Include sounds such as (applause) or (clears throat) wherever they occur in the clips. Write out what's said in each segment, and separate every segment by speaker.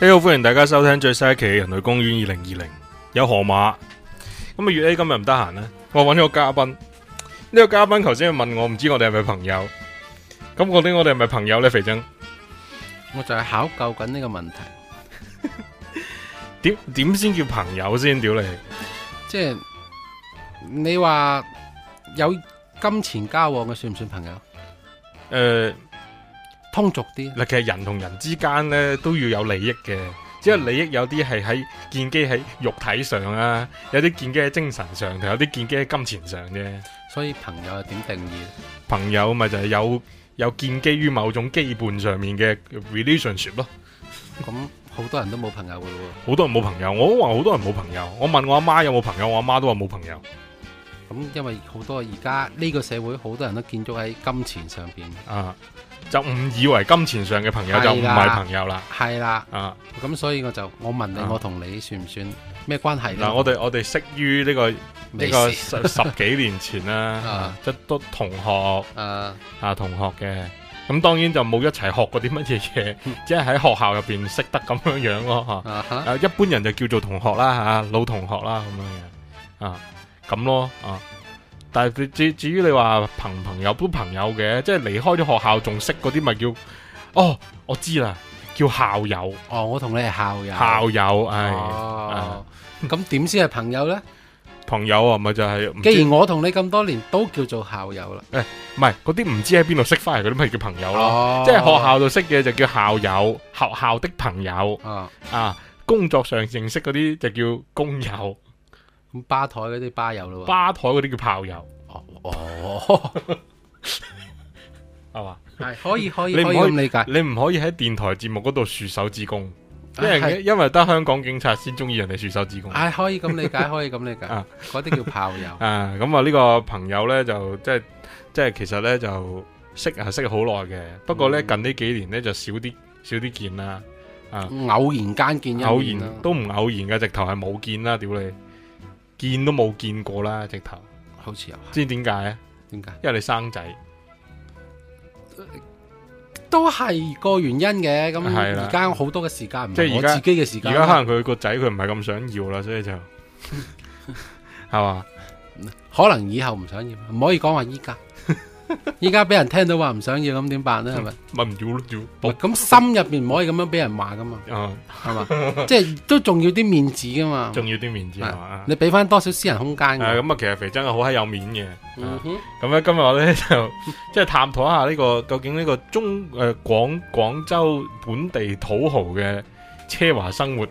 Speaker 1: 你好，歡迎大家收聽最新一期《人類公園二零二零》，有河馬。咁啊，月 A 今日唔得閒呢，我揾咗個嘉賓。呢、個嘉賓頭先問我，唔知我哋係咪朋友？咁我哋我哋係咪朋友呢？肥晶
Speaker 2: 我就係考究緊呢個問題，
Speaker 1: 點點先叫朋友先？屌你！
Speaker 2: 即係你話有金錢交往嘅算唔算朋友？
Speaker 1: 誒，
Speaker 2: 通俗啲，
Speaker 1: 呃嗱，其實人同人之間呢都要有利益嘅，只係利益有啲係喺建基喺肉體上啊，有啲建基喺精神上，同有啲建基喺金錢上啫。
Speaker 2: 所以朋友係點定義？
Speaker 1: 朋友咪就係有有建基於某種基本上面嘅 relationship 咯。
Speaker 2: 咁好多人都冇朋友嘅喎，
Speaker 1: 好多人冇朋友，我都話好多人冇朋友。我問我阿媽有冇朋友，我阿媽都話冇朋友。
Speaker 2: 咁因為好多而家呢個社會好多人都建築喺金錢上邊，
Speaker 1: 啊，就誤以為金錢上嘅朋友
Speaker 2: 係
Speaker 1: 就
Speaker 2: 啦
Speaker 1: 唔係朋友啦。
Speaker 2: 係啦，
Speaker 1: 啊，
Speaker 2: 咁所以我就我問你，
Speaker 1: 啊
Speaker 2: 我同你算唔算咩關係呢
Speaker 1: 嗱，我哋我哋識於呢個呢
Speaker 2: 未
Speaker 1: 個
Speaker 2: 事
Speaker 1: 十
Speaker 2: (laughs)
Speaker 1: 十幾年前啦
Speaker 2: 啊，
Speaker 1: 即都同學
Speaker 2: 誒
Speaker 1: 啊同學嘅。咁當然就冇一齊學過啲乜嘢
Speaker 2: (laughs)
Speaker 1: 嘢，只係喺學校入邊識得咁樣樣咯嚇。
Speaker 2: 啊哈
Speaker 1: 啊，一般人就叫做同學啦吓、老同學啦咁樣嘅啊，咁咯啊。但係至至於你話朋朋友都朋友嘅，即係離開咗學校仲識嗰啲咪叫哦，我知啦，叫校友
Speaker 2: 哦，我同你係校友，
Speaker 1: 校友，唉、
Speaker 2: 哦，咁點先係朋友呢？
Speaker 1: 朋友啊，咪就係唔知
Speaker 2: 既然我同你咁多年都叫做校友啦，
Speaker 1: 唔係嗰啲唔知喺邊度識翻嚟嗰啲咪叫朋友咯，
Speaker 2: 哦
Speaker 1: 即係學校度識嘅就叫校友，學校的朋友
Speaker 2: 啊。
Speaker 1: 啊，工作上認識嗰啲就叫工友，
Speaker 2: 咁吧台嗰啲吧友咯喎，
Speaker 1: 吧台嗰啲叫炮友，
Speaker 2: 哦哦， (laughs)
Speaker 1: 係嘛？
Speaker 2: 係可以可以
Speaker 1: 你唔
Speaker 2: 可以
Speaker 1: 可以
Speaker 2: 咁理解，
Speaker 1: 你唔可以喺電台節目嗰度豎手指公，因
Speaker 2: 啊係啊
Speaker 1: 為因為得香港警察先中意人哋豎手指公。
Speaker 2: 係可以咁理 (laughs) 解，可以咁理解
Speaker 1: 啊，
Speaker 2: 嗰啲叫炮友，
Speaker 1: 啊，咁啊呢個朋友呢，就即係即係其實呢，就識係識好耐嘅，不過呢，
Speaker 2: 嗯
Speaker 1: 近呢幾年呢，就少啲少啲見啦，啊
Speaker 2: 偶然啊間見一
Speaker 1: 偶
Speaker 2: 面啦
Speaker 1: 然，都唔偶然嘅，直頭係冇見啦，屌你，見都冇見過啦，直頭，
Speaker 2: 好似又係
Speaker 1: 知點解啊？
Speaker 2: 點解？
Speaker 1: 因為你生仔，
Speaker 2: 都係個原因嘅，咁
Speaker 1: 係啦
Speaker 2: 而家好多嘅時間唔
Speaker 1: 即係
Speaker 2: 係
Speaker 1: 而家
Speaker 2: 我自己嘅時
Speaker 1: 而
Speaker 2: 間
Speaker 1: 家
Speaker 2: 啦，
Speaker 1: 可能佢個仔佢唔係咁想要啦，所
Speaker 2: (laughs)
Speaker 1: 以就 (laughs) 係嘛，
Speaker 2: 可能以後唔想要，唔可以講話依 (laughs) 家，依家俾人聽到話唔想要，咁點辦呢？係咪？
Speaker 1: 咪唔要咯，要
Speaker 2: 喂咁心入邊唔可以咁樣俾人話噶嘛，
Speaker 1: 啊，
Speaker 2: 係嘛？ (laughs) 即係都仲要啲面子噶嘛，
Speaker 1: 仲要啲面子係
Speaker 2: 係
Speaker 1: 嘛啊
Speaker 2: 你俾翻多少私人空間
Speaker 1: 啊，
Speaker 2: 㗎
Speaker 1: 咁啊，其實肥真係好閪有面嘅。
Speaker 2: 嗯
Speaker 1: 啊
Speaker 2: 哼
Speaker 1: 咁咧，今日我咧就即係探討一下呢個究竟呢個中誒廣廣州本地土豪嘅奢華生活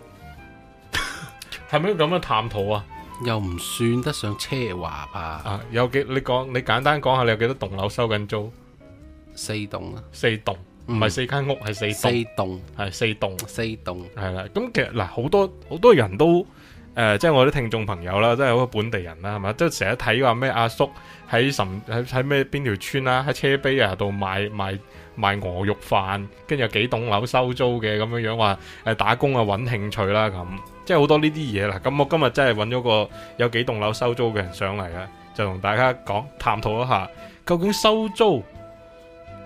Speaker 1: 係咪咁樣探討啊？
Speaker 2: 又唔算得上奢華吧？
Speaker 1: 啊，有幾你講你簡單講下你有幾多棟樓收緊租？
Speaker 2: 四棟啊，嗯
Speaker 1: 四棟，唔係四間屋，係四
Speaker 2: 四
Speaker 1: 棟，
Speaker 2: 棟，
Speaker 1: 係嗯四棟。
Speaker 2: 四棟，
Speaker 1: 係啦，咁其實嗱，好多好多人都誒、呃即係我啲聽眾朋友啦，即係好多本地人啦，係嘛，即係成日睇話咩阿叔喺岑喺喺咩邊條村啦、喺車陂啊度賣賣賣鵝肉飯，跟住有幾棟樓收租嘅咁樣樣話誒打工啊揾興趣啦咁，即係好多呢啲嘢啦。咁我今日真係揾咗個有幾棟樓收租嘅人上嚟啊，就同大家講探討一下，究竟收租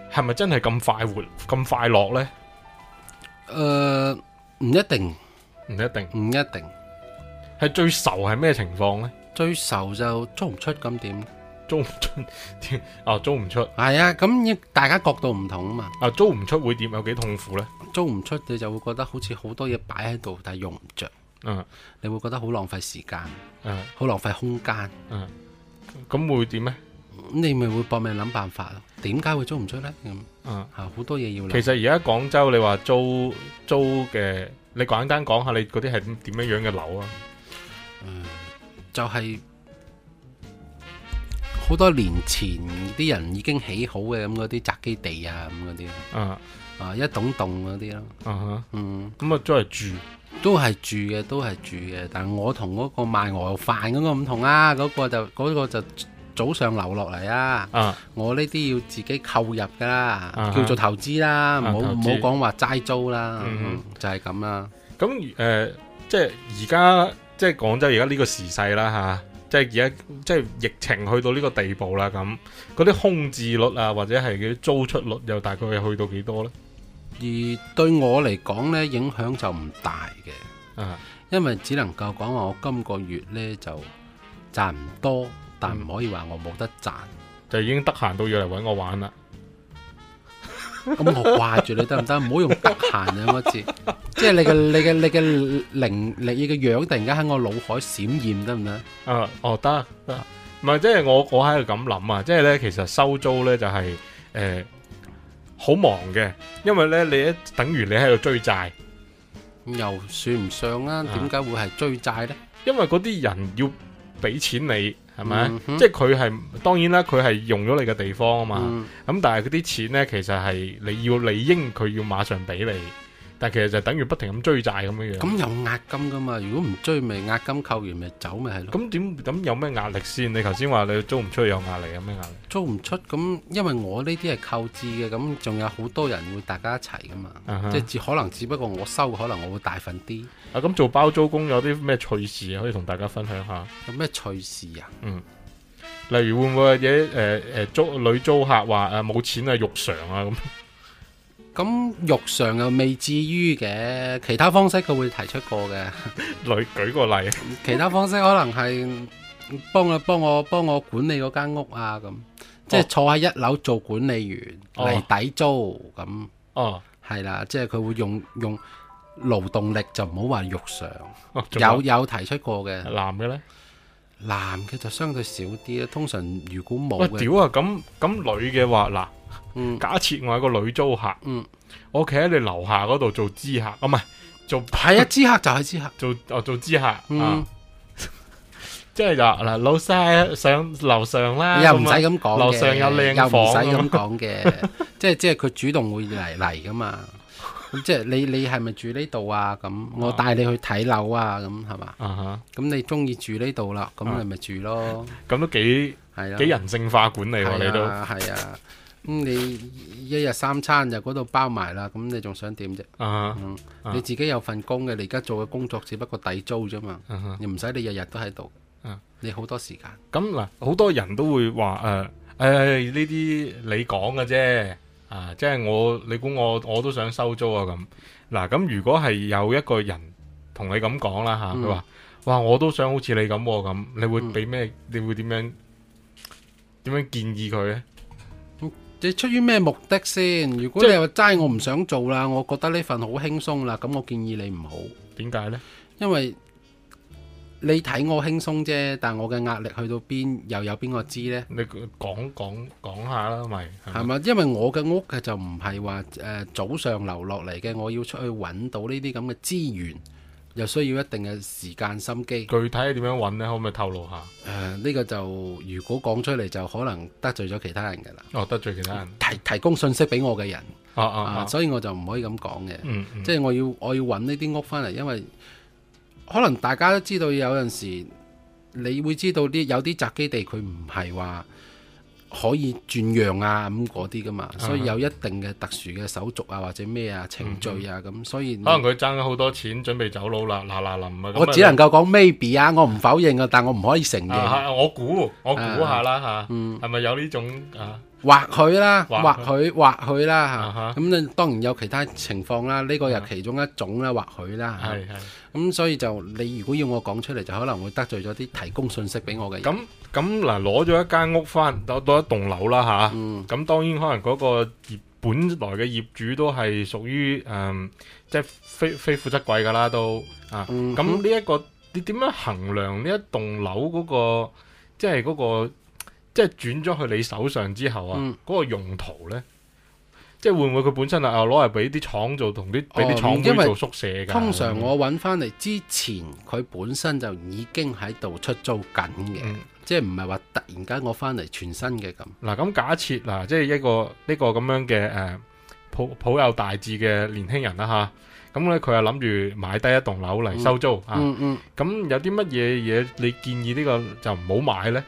Speaker 1: 係咪真係咁快活咁快樂呢？
Speaker 2: 誒，呃唔一定，
Speaker 1: 唔一定，
Speaker 2: 唔一定，
Speaker 1: 係最愁係咩情況呢？
Speaker 2: 最愁就租唔出咁點？
Speaker 1: 租唔出，添啊租唔出，
Speaker 2: 係啊，咁亦大家角度唔同啊嘛，
Speaker 1: 啊租唔出會點？有幾痛苦呢？
Speaker 2: 租唔出你就會覺得好似好多嘢擺喺度，但係用唔着，
Speaker 1: 嗯
Speaker 2: 你會覺得好浪費時間，
Speaker 1: 嗯
Speaker 2: 好浪費空間，
Speaker 1: 嗯，咁會點呢？
Speaker 2: 咁你咪會搏命諗辦法咯。點解會租唔出呢？咁
Speaker 1: 嗯，
Speaker 2: 嚇好多嘢要
Speaker 1: 其
Speaker 2: 諗。
Speaker 1: 實而家廣州你話租租嘅，你簡單講下你嗰啲係點樣樣嘅樓啊？
Speaker 2: 就係好多年前啲人已經起好嘅咁嗰啲宅基地啊咁嗰啲
Speaker 1: 嗯
Speaker 2: 啊一棟棟嗰啲咯，
Speaker 1: 嗯
Speaker 2: 嗯，
Speaker 1: 哼，咁啊租嚟住，
Speaker 2: 都係住嘅，都係住嘅。但我同嗰個賣鵝肉飯嗰個唔同啊，嗰、個就嗰、個就早上流落嚟啊。
Speaker 1: 啊
Speaker 2: 我呢啲要自己購入噶啦，
Speaker 1: 啊哈啊
Speaker 2: 叫做投資啦，唔好
Speaker 1: 投資
Speaker 2: 唔好講話齋租啦，
Speaker 1: 嗯
Speaker 2: 嗯就係咁啦。
Speaker 1: 咁誒、呃即係而家即係廣州而家呢個時勢啦吓、即係而家即係疫情去到呢個地步啦，咁嗰啲空置率啊，或者係嗰啲租出率又大概去到幾多呢？
Speaker 2: 而對我嚟講呢，影響就唔大嘅，
Speaker 1: 啊
Speaker 2: 因為只能夠講話我今個月呢就賺唔多，但唔可以話我冇得賺。
Speaker 1: 就已經得閒到要嚟揾我玩啦。
Speaker 2: 咁我掛住你得唔得？唔好用得閒兩
Speaker 1: (laughs)
Speaker 2: 個字，即係你嘅你嘅你嘅靈你嘅樣突然間喺我腦海閃現得唔得？
Speaker 1: 啊，哦得得，唔係即係我我喺度咁諗啊，即係咧其實收租咧就係誒好忙嘅，因為咧你一等於你喺度追債，
Speaker 2: 咁又算唔上啦，
Speaker 1: 啊
Speaker 2: 點解會係追債呢？
Speaker 1: 因為嗰啲人要俾錢你係咪？
Speaker 2: 嗯哼
Speaker 1: 即係佢係當然啦，佢係用咗你嘅地方啊嘛。
Speaker 2: 嗯
Speaker 1: 咁但係嗰啲錢呢，其實係你要理應佢要馬上俾你，但其實就等於不停咁追債咁樣樣。
Speaker 2: 咁有押金噶嘛？如果唔追咪押金扣完咪走咪係咯。
Speaker 1: 咁點咁有咩壓力先？你頭先話你租唔出去有壓力，有咩壓力？
Speaker 2: 租唔出咁，因為我呢啲係購置嘅，咁仲有好多人會大家一齊噶嘛。
Speaker 1: 啊哈
Speaker 2: 即係只可能只不過我收，可能我會大份啲。
Speaker 1: 啊咁做包租公有啲咩趣事可以同大家分享下？
Speaker 2: 有咩趣事啊？
Speaker 1: 例如會唔會有嘢誒誒租女租客話誒冇錢啊肉償啊咁？ (laughs)
Speaker 2: 咁肉償又未至於嘅，其他方式佢會提出過
Speaker 1: (laughs)
Speaker 2: 嘅。
Speaker 1: 舉舉個例
Speaker 2: 其他方式可能係幫我幫我幫我管理嗰間屋啊咁，即係坐喺一樓做管理員
Speaker 1: 哦
Speaker 2: 嚟抵租咁，
Speaker 1: 哦，
Speaker 2: 係啦，即係佢會用用勞動力就唔好話肉償，
Speaker 1: 哦仲
Speaker 2: 有有提出過嘅。
Speaker 1: 男嘅咧？
Speaker 2: 男嘅就相對少啲啦，通常如果冇
Speaker 1: 喂
Speaker 2: 嘅，
Speaker 1: 屌啊！咁咁女嘅話嗱。
Speaker 2: 嗯，
Speaker 1: 假設我係個女租客，
Speaker 2: 嗯
Speaker 1: 我企喺你樓下嗰度做知客，啊唔係做
Speaker 2: 係啊，知客就係知客，
Speaker 1: 做哦做知客
Speaker 2: 嗯
Speaker 1: 啊，，即係就嗱老細上樓上啦，
Speaker 2: 又唔使
Speaker 1: 咁啊
Speaker 2: 咁講嘅，
Speaker 1: 樓上有靚
Speaker 2: 又唔
Speaker 1: 房啊
Speaker 2: 使
Speaker 1: 咁
Speaker 2: 咁講嘅， (laughs) 即係即係佢主動會嚟嚟噶嘛，咁即係你你係咪住呢度啊？咁我
Speaker 1: 啊
Speaker 2: 帶你去睇樓啊，咁係嘛？
Speaker 1: 啊
Speaker 2: 咁你中意住呢度啦，咁
Speaker 1: 啊
Speaker 2: 你咪住咯，
Speaker 1: 哈，咁都幾
Speaker 2: 係啊，
Speaker 1: 幾人性化管理
Speaker 2: 係啊
Speaker 1: 喎，你都
Speaker 2: 係啊，咁你一日三餐就嗰度包埋啦，咁你仲想點啫？
Speaker 1: 啊
Speaker 2: 嗯，
Speaker 1: 啊
Speaker 2: 你自己有份工嘅，你而家做嘅工作只不過抵租啫嘛。
Speaker 1: 哈啊哈
Speaker 2: 又唔使你日日都喺度
Speaker 1: 嗯，
Speaker 2: 你好多時間。
Speaker 1: 咁嗱，好多人都會話誒誒呢啲你講嘅啫啊，即係我你估我我都想收租啊咁嗱，咁如果係有一個人同你咁講啦嚇，
Speaker 2: 嗯
Speaker 1: 佢話、哇我都想好似你咁喎咁，你會
Speaker 2: 嗯
Speaker 1: 俾咩？你會點樣點樣建議佢咧？
Speaker 2: 你出於咩目的先？如果
Speaker 1: 即
Speaker 2: 你話齋我唔想做啦，我覺得呢份好輕鬆啦，咁我建議你唔好，
Speaker 1: 點解咧？
Speaker 2: 因為你睇我輕鬆啫，但我嘅壓力去到邊又有邊個知呢？
Speaker 1: 你講講講下啦，咪係咪
Speaker 2: 係咪？因為我嘅屋嘅就唔係話誒早上流落嚟嘅，我要出去揾到呢啲咁嘅資源，又需要一定嘅時間心機。
Speaker 1: 具體係點樣揾咧？可唔可以透露下？
Speaker 2: 誒、呢、個就如果講出嚟就可能得罪咗其他人㗎啦。
Speaker 1: 哦，得罪其他人
Speaker 2: 提提供信息俾我嘅人。
Speaker 1: 啊啊
Speaker 2: 啊，
Speaker 1: 啊！
Speaker 2: 所以我就唔可以咁講嘅，
Speaker 1: 嗯嗯
Speaker 2: 即係我要我要揾呢啲屋翻嚟，因為可能大家都知道有陣時你會知道啲有啲宅基地佢唔係話可以轉讓啊咁嗰啲噶嘛，所以有一定嘅特殊嘅手續啊或者咩啊程序啊咁，所以
Speaker 1: 嗯可能佢爭咗好多錢，準備走佬啦，嗱嗱臨啊！咁
Speaker 2: 我
Speaker 1: 啊
Speaker 2: 只能夠講 maybe 啊，我唔否認啊，但我唔可以承認，
Speaker 1: 啊，係我估，我估下啦吓，
Speaker 2: 嗯，
Speaker 1: 係咪有呢種啊？
Speaker 2: 或許啦，
Speaker 1: 或
Speaker 2: 或許或
Speaker 1: 啊
Speaker 2: 許啦
Speaker 1: 哈啊
Speaker 2: 嚇，咁當然有其他情況啦，呢個又其中一種啦，或許啦嚇
Speaker 1: 係係。
Speaker 2: 咁所以就你如果要我講出嚟，就可能會得罪咗啲提供信息俾我嘅人。
Speaker 1: 咁咁嗱，攞咗一間屋翻，攞到一棟樓啦
Speaker 2: 嗯
Speaker 1: 吓，咁當然可能嗰個業本來嘅業主都係屬於誒，嗯即係非非富則貴噶啦都啊。
Speaker 2: 嗯
Speaker 1: 咁呢一個你點樣衡量呢一棟樓嗰個，即係嗰個，即係轉咗去你手上之後啊
Speaker 2: 嗯，
Speaker 1: 嗰個用途咧？即係會唔會佢本身啊，攞嚟俾啲廠做，同啲俾啲
Speaker 2: 哦
Speaker 1: 廠
Speaker 2: 因
Speaker 1: 妹
Speaker 2: 為
Speaker 1: 做宿舍㗎？
Speaker 2: 通常我揾翻嚟之前，佢本身就已經喺度出租緊嘅，
Speaker 1: 嗯
Speaker 2: 即係唔係話突然間我翻嚟全新嘅咁。
Speaker 1: 嗱，咁假設嗱，即係一個呢個咁樣嘅誒、抱抱有大志嘅年輕人啦吓，咁咧佢係諗住買低一棟樓嚟收租、啊，
Speaker 2: 嗯嗯，
Speaker 1: 咁有啲乜嘢嘢你建議呢個就唔好買咧？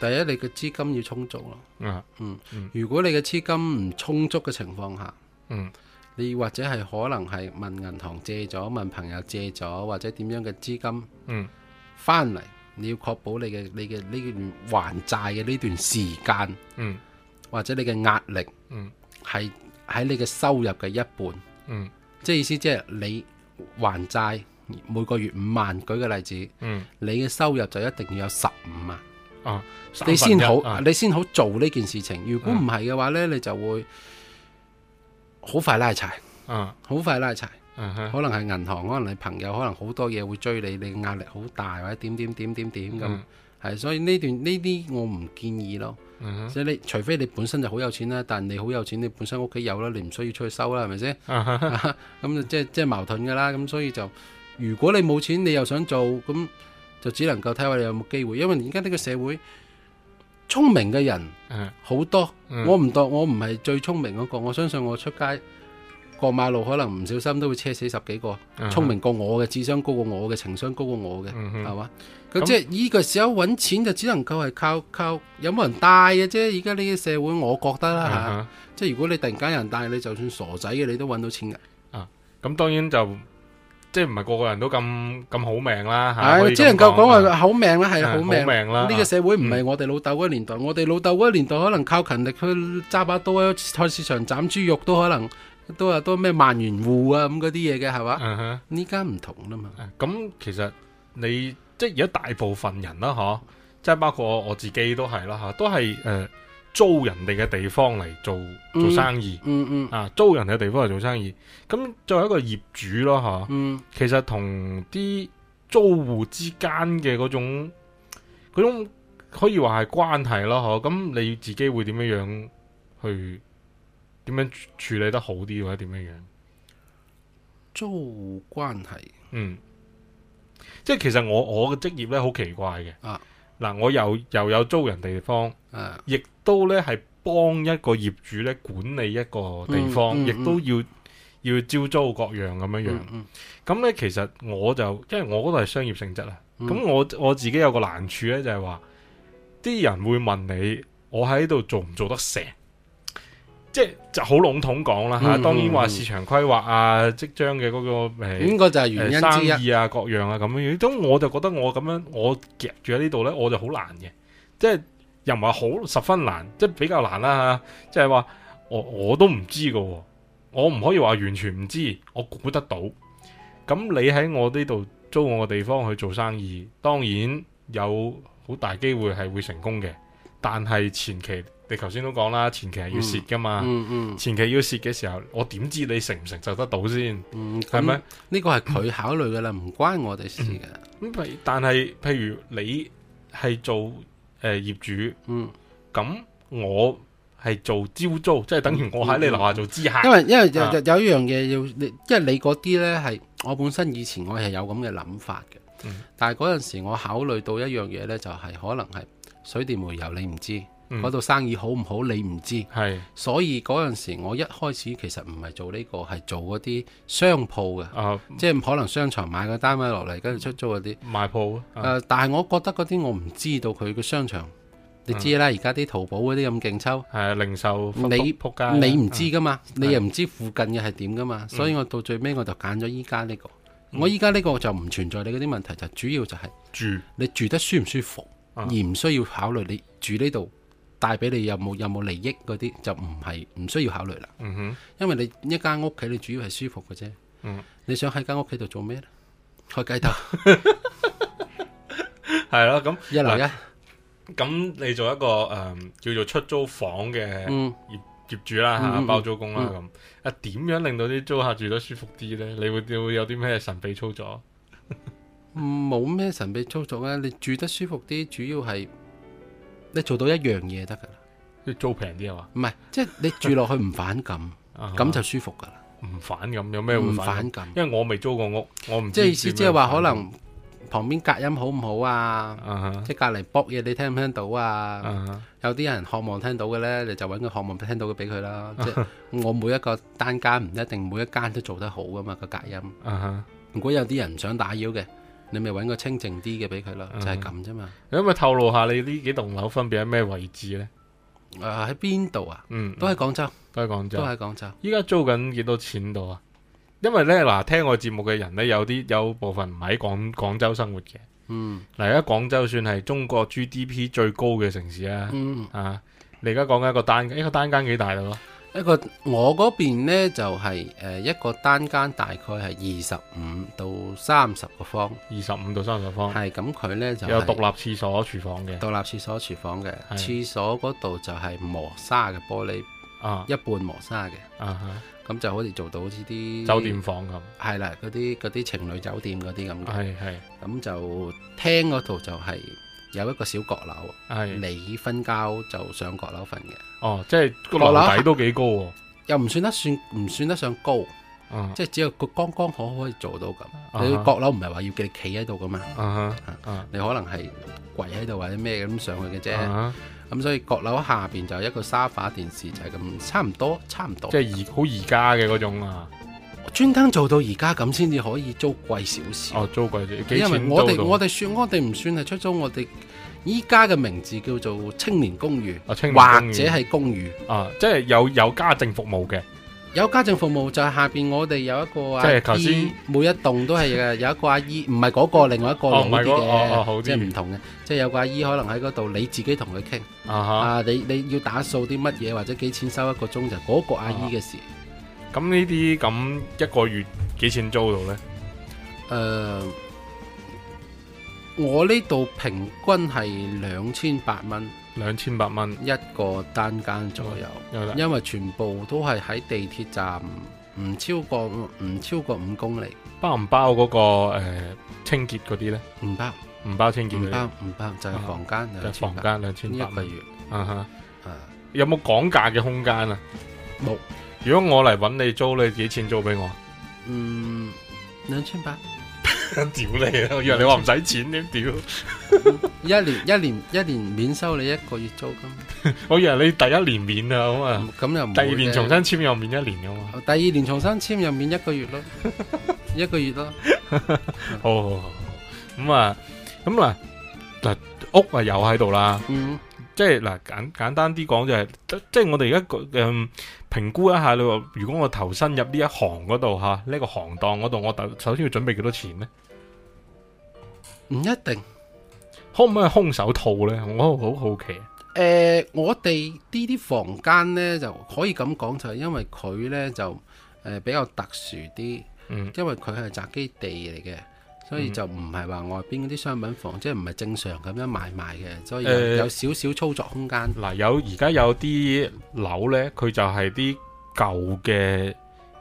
Speaker 2: 第一你嘅資金要充足咯。
Speaker 1: 啊，
Speaker 2: 如果你嘅資金唔充足嘅情況下，
Speaker 1: 嗯，
Speaker 2: 你或者係可能係問銀行借咗，問朋友借咗，或者點樣嘅資金
Speaker 1: 嗯，
Speaker 2: 翻嚟，你要確保你嘅你嘅呢段還債嘅呢段時間。
Speaker 1: 嗯，
Speaker 2: 或者你嘅壓力，
Speaker 1: 嗯，
Speaker 2: 係喺你嘅收入嘅一半，
Speaker 1: 嗯
Speaker 2: 即係意思即係你還債每個月五萬，舉個例子，
Speaker 1: 嗯
Speaker 2: 你嘅收入就一定要有十五萬，
Speaker 1: 啊，三分
Speaker 2: 你先
Speaker 1: 一
Speaker 2: 好、
Speaker 1: 啊嗯
Speaker 2: 你先好做呢件事情。如果唔係嘅話呢，你就會好快拉柴，
Speaker 1: 啊
Speaker 2: 好快拉柴。
Speaker 1: 嗯哼
Speaker 2: 可能係銀行，可能係朋友，可能好多嘢會追你，你嘅壓力好大，或者點點點點點咁。係
Speaker 1: 嗯、
Speaker 2: 所以呢段呢啲我唔建議咯。
Speaker 1: 嗯
Speaker 2: 所以你除非你本身就好有錢啦，但你好有錢，你本身屋企有啦，你唔需要出去收啦，係咪先？
Speaker 1: 哼啊哈
Speaker 2: (laughs) 咁就即係即係矛盾㗎啦。咁所以就如果你冇錢，你又想做，咁就只能夠睇下你有冇機會。因為而家呢個社會聰明嘅人
Speaker 1: 嗯
Speaker 2: 好多，
Speaker 1: 嗯
Speaker 2: 我唔當我唔係最聰明嗰、個，我相信我出街過馬路可能唔小心都會車死十幾個。
Speaker 1: 嗯
Speaker 2: 聰明過啊我嘅，智商高過我嘅，情商高過我嘅，
Speaker 1: 嗯哼
Speaker 2: 係嘛？咁即係呢個時候揾錢就只能夠係靠靠有冇人帶嘅啫。而家呢個社會，我覺得啦嚇，
Speaker 1: 啊
Speaker 2: 即係如果你突然間有人帶你，就算傻仔嘅你都揾到錢㗎。
Speaker 1: 哈咁當然就即係唔係個個人都咁咁好命啦嚇，啊可
Speaker 2: 係
Speaker 1: 以
Speaker 2: 只能
Speaker 1: 咁
Speaker 2: 夠講
Speaker 1: 啊
Speaker 2: 話好命啦，係
Speaker 1: 啊嗯
Speaker 2: 好命。
Speaker 1: 命啦，
Speaker 2: 呢個社會唔係我哋老豆嗰個年代，我哋老豆嗰個年代可能靠勤力去揸把刀喺菜市場斬豬肉都可能都有都咩萬元戶啊咁嗰啲嘢嘅係嘛？
Speaker 1: 嗯哼。
Speaker 2: 呢家唔同啦嘛。
Speaker 1: 啊咁其實你即係而家大部分人啦，嗬，即係包括我我自己都係啦，吓，都係诶、呃租人哋嘅地方嚟做做生意、
Speaker 2: 嗯嗯
Speaker 1: 啊，租人哋嘅地方嚟做生意。咁作為一個業主咯，吓，
Speaker 2: 嗯
Speaker 1: 其實同啲租户之間嘅嗰種嗰種可以話係關係咯，嗬。咁你自己會點樣樣去點樣處處理得好啲，或者點樣樣？
Speaker 2: 租戶關係。
Speaker 1: 嗯，即係其實我我嘅職業咧好奇怪嘅。
Speaker 2: 啊，
Speaker 1: 嗱，我又又有租人地方，
Speaker 2: 啊，
Speaker 1: 亦都咧係幫一個業主咧管理一個地方，
Speaker 2: 嗯嗯
Speaker 1: 亦、都要要招租各樣咁樣樣。
Speaker 2: 嗯嗯
Speaker 1: 咁咧、其實我就因為我嗰度係商業性質啊，
Speaker 2: 嗯
Speaker 1: 咁、我我自己有個難處咧就係話，啲人會問你我喺度做唔做得成？即係就好籠統講啦嚇，
Speaker 2: 嗯
Speaker 1: 當然話
Speaker 2: 嗯
Speaker 1: 市場規劃啊，即將嘅嗰個誒
Speaker 2: 呢個就係原因之
Speaker 1: 生
Speaker 2: 一。
Speaker 1: 意啊，各樣啊咁樣樣。咁我就覺得我咁樣我夾住喺呢度呢，我就好難嘅，即係又唔係好十分難，即係比較難啦嚇。即係話我我都唔知嘅喎，我唔可以話完全唔知，我估得到。咁你喺我呢度租我個地方去做生意，當然有好大機會係會成功嘅，但係前期你頭先都講啦，前期係要蝕噶嘛。
Speaker 2: 嗯嗯
Speaker 1: 前期要蝕嘅時候，我點知你承唔承受得到先？
Speaker 2: 嗯，
Speaker 1: 係咪
Speaker 2: 咁呢個係佢考慮噶啦，唔關我哋事嘅。
Speaker 1: 咁譬但係譬如你係做誒、呃、業主，
Speaker 2: 嗯，
Speaker 1: 咁我係做招租，即係等於我喺你樓
Speaker 2: 嗯
Speaker 1: 下做知客。
Speaker 2: 因為因為有
Speaker 1: 啊
Speaker 2: 有有一樣嘢要你，因為你嗰啲呢係我本身以前我係有咁嘅諗法嘅
Speaker 1: 嗯，
Speaker 2: 但係嗰陣時我考慮到一樣嘢呢，就係可能係水電煤油你唔知，
Speaker 1: 嗯
Speaker 2: 嗰度生意好唔好你唔知，
Speaker 1: 係
Speaker 2: 所以嗰陣時我一開始其實唔係做呢個，係做嗰啲商鋪嘅，
Speaker 1: 啊，
Speaker 2: 即係可能商場買個單位落嚟，跟住出租嗰啲。
Speaker 1: 賣鋪
Speaker 2: 誒、
Speaker 1: 啊，
Speaker 2: 但係我覺得嗰啲我唔知道佢嘅商場，你知
Speaker 1: 嗯
Speaker 2: 啦，而家啲淘寶嗰啲咁勁抽，
Speaker 1: 係啊零售
Speaker 2: 你
Speaker 1: 撲街啊，嗯
Speaker 2: 你唔知噶嘛，你又唔知附近嘅係點噶嘛，所以我到最尾我就揀咗依家呢個。我依家呢個就唔存在你嗰啲問題，就主要就係
Speaker 1: 住
Speaker 2: 你住得舒唔舒服，
Speaker 1: 啊
Speaker 2: 而唔需要考慮你住呢度帶俾你有冇有冇利益嗰啲，就唔係唔需要考慮啦。
Speaker 1: 嗯哼
Speaker 2: 因為你一間屋企你主要係舒服嘅啫。
Speaker 1: 嗯
Speaker 2: 你想喺間屋企度做咩呢？開雞竇，
Speaker 1: (laughs) 係啦，咁
Speaker 2: 一樓一，
Speaker 1: 咁你做一個誒、呃叫做出租房嘅
Speaker 2: 嗯。
Speaker 1: 業主啦嚇，
Speaker 2: 嗯嗯
Speaker 1: 包租公啦咁啊，點樣令到啲租客住得舒服啲咧？你會你會有啲咩神秘操作？
Speaker 2: 嗯冇咩神秘操作啊！你住得舒服啲，主要係你做到一樣嘢得噶啦，
Speaker 1: 即係租平啲係嘛？
Speaker 2: 唔係即係你住落去唔反感，
Speaker 1: 啊
Speaker 2: 咁就舒服噶啦，
Speaker 1: 唔反咁，有咩會
Speaker 2: 唔
Speaker 1: 反感
Speaker 2: 反感。
Speaker 1: 因為我未租過屋，我唔知
Speaker 2: 即係意思，
Speaker 1: 點樣
Speaker 2: 即係話
Speaker 1: 反
Speaker 2: 可能旁邊隔音好唔好啊？
Speaker 1: 啊哈
Speaker 2: 即係隔離搏嘢，你聽唔聽到啊？
Speaker 1: 啊
Speaker 2: 有啲人渴望聽到嘅呢，你就揾個渴望聽到嘅俾佢
Speaker 1: (laughs)
Speaker 2: 啦。即係我每一個單間唔一定每一間都做得好噶嘛個隔音。
Speaker 1: 哈啊哈，
Speaker 2: 如果有啲人唔想打擾嘅，你咪揾個清靜啲嘅俾佢咯，
Speaker 1: 嗯
Speaker 2: 就係咁啫嘛。
Speaker 1: 你可唔可以啊透露下你呢幾棟樓分別喺咩位置呢？
Speaker 2: 誒喺邊度啊？
Speaker 1: 嗯，
Speaker 2: 都喺廣州，
Speaker 1: 都係廣
Speaker 2: 都
Speaker 1: 州。
Speaker 2: 喺廣州。
Speaker 1: 依家租緊幾多錢度啊？因為呢，嗱，聽我節目嘅人呢，有啲有部分唔喺廣廣州生活嘅。
Speaker 2: 嗯
Speaker 1: 嗱，而家廣州算係中國 GDP 最高嘅城市啊。
Speaker 2: 嗯，
Speaker 1: 啊，你而家講緊一個單一個單間幾大度咯？
Speaker 2: 一個我嗰邊呢，就係、誒一個單間大概係二十五到三十個方，
Speaker 1: 二十五到三十方，
Speaker 2: 係咁佢呢，就
Speaker 1: 哦有
Speaker 2: 係
Speaker 1: 獨立廁所、廚房嘅
Speaker 2: 獨立廁所、廚房嘅，
Speaker 1: 係
Speaker 2: 廁所嗰度就係磨砂嘅玻璃，
Speaker 1: 啊
Speaker 2: 一半磨砂嘅，
Speaker 1: 啊哈
Speaker 2: 咁就好似做到好似啲
Speaker 1: 酒店房咁，
Speaker 2: 係啦，嗰啲嗰啲情侶酒店嗰啲咁嘅，
Speaker 1: 係係
Speaker 2: 咁就廳嗰度就係有一個小閣樓，
Speaker 1: 係
Speaker 2: 你瞓覺就上閣樓瞓嘅，
Speaker 1: 哦，即係個
Speaker 2: 落樓
Speaker 1: 樓底都幾高喎，
Speaker 2: 又唔算得算唔算得上高，
Speaker 1: 啊
Speaker 2: 即係只有個剛剛可可以做到咁。
Speaker 1: 哈
Speaker 2: 你閣樓唔係話要叫你企喺度噶嘛，
Speaker 1: 啊哈啊
Speaker 2: 你可能係跪喺度或者咩咁上去嘅啫。
Speaker 1: 啊哈
Speaker 2: 咁所以閣樓下邊就有一個沙發電視，就係咁差唔多，差唔多
Speaker 1: 即。係而好而家嘅嗰種啊，
Speaker 2: 專登做到而家咁先至可以租貴少少。
Speaker 1: 哦租貴咗，幾
Speaker 2: 因為
Speaker 1: 錢
Speaker 2: 我哋
Speaker 1: 租到
Speaker 2: 我哋算我哋唔算係出租，我哋依家嘅名字叫做青年公寓，
Speaker 1: 啊青年
Speaker 2: 或
Speaker 1: 公寓
Speaker 2: 者係公寓。
Speaker 1: 啊，即係有有家政服務嘅，
Speaker 2: 有家政服務就係下邊我哋有一個
Speaker 1: 即係
Speaker 2: 阿
Speaker 1: 頭
Speaker 2: 姨
Speaker 1: 先，
Speaker 2: 每一棟都係呃嘅，有一個阿姨，唔係嗰個，另外一個老
Speaker 1: 哦唔
Speaker 2: 啲
Speaker 1: 係嗰
Speaker 2: 嘅，
Speaker 1: 哦哦好啲
Speaker 2: 即係唔同嘅，即係有個阿姨可能喺嗰度，你自己同佢傾
Speaker 1: 啊
Speaker 2: 啊，你你要打掃啲乜嘢或者幾錢收一個鐘就嗰個阿姨嘅
Speaker 1: 啊
Speaker 2: 事。
Speaker 1: 哈，咁呢啲咁一個月幾錢租到呢？
Speaker 2: 誒、呃我呢度平均係兩千八蚊
Speaker 1: 兩千八蚊
Speaker 2: 一個單間左右，
Speaker 1: 有啦，
Speaker 2: 因為全部都係喺地鐵站，唔超過唔超過五公里，
Speaker 1: 包唔包嗰個誒清潔嗰啲呢？
Speaker 2: 唔包
Speaker 1: 唔包清潔
Speaker 2: 唔
Speaker 1: 嗰
Speaker 2: 包
Speaker 1: 啲，
Speaker 2: 唔包就係房間
Speaker 1: 啊就
Speaker 2: 兩
Speaker 1: 係
Speaker 2: 千
Speaker 1: 房
Speaker 2: 八
Speaker 1: 間兩千八
Speaker 2: 一個
Speaker 1: 蚊
Speaker 2: 月
Speaker 1: 啊哈。
Speaker 2: 啊，
Speaker 1: 有冇講價嘅空間啊？
Speaker 2: 冇。
Speaker 1: 如果我嚟揾你租，你幾錢租俾我？
Speaker 2: 嗯，兩千八
Speaker 1: 屌你啊！我以為你話唔使錢添，屌！
Speaker 2: 一年一年一年免收你一個月租金，
Speaker 1: 我以為你第一年免啊，咁啊，
Speaker 2: 咁又唔
Speaker 1: 第
Speaker 2: 會
Speaker 1: 二年
Speaker 2: 嘅哦
Speaker 1: 重新簽又免一年噶嘛。
Speaker 2: 第二年重新簽又免一個月咯，一個
Speaker 1: (laughs)
Speaker 2: 月咯。
Speaker 1: 好好好好，咁啊，咁嗱嗱屋啊又喺度啦，
Speaker 2: 嗯，
Speaker 1: 即係嗱簡簡單啲講就係、即即係我哋而家誒評估一下你話，如果我投身入呢一行嗰度嚇，呢、個行當嗰度，我特首先要準備幾多錢呢？
Speaker 2: 唔一定。
Speaker 1: 可唔可以空手套呢？我好好奇。
Speaker 2: 誒、我哋呢啲房間呢，就可以咁講，就係因為佢呢，就誒、比較特殊啲，
Speaker 1: 嗯
Speaker 2: 因為佢係宅基地嚟嘅，所以就唔係話外邊嗰啲商品房，即係唔係正常咁樣買賣嘅，所以有,、
Speaker 1: 誒
Speaker 2: 有少少操作空間。
Speaker 1: 嗱，有而家有啲樓呢，佢就係啲舊嘅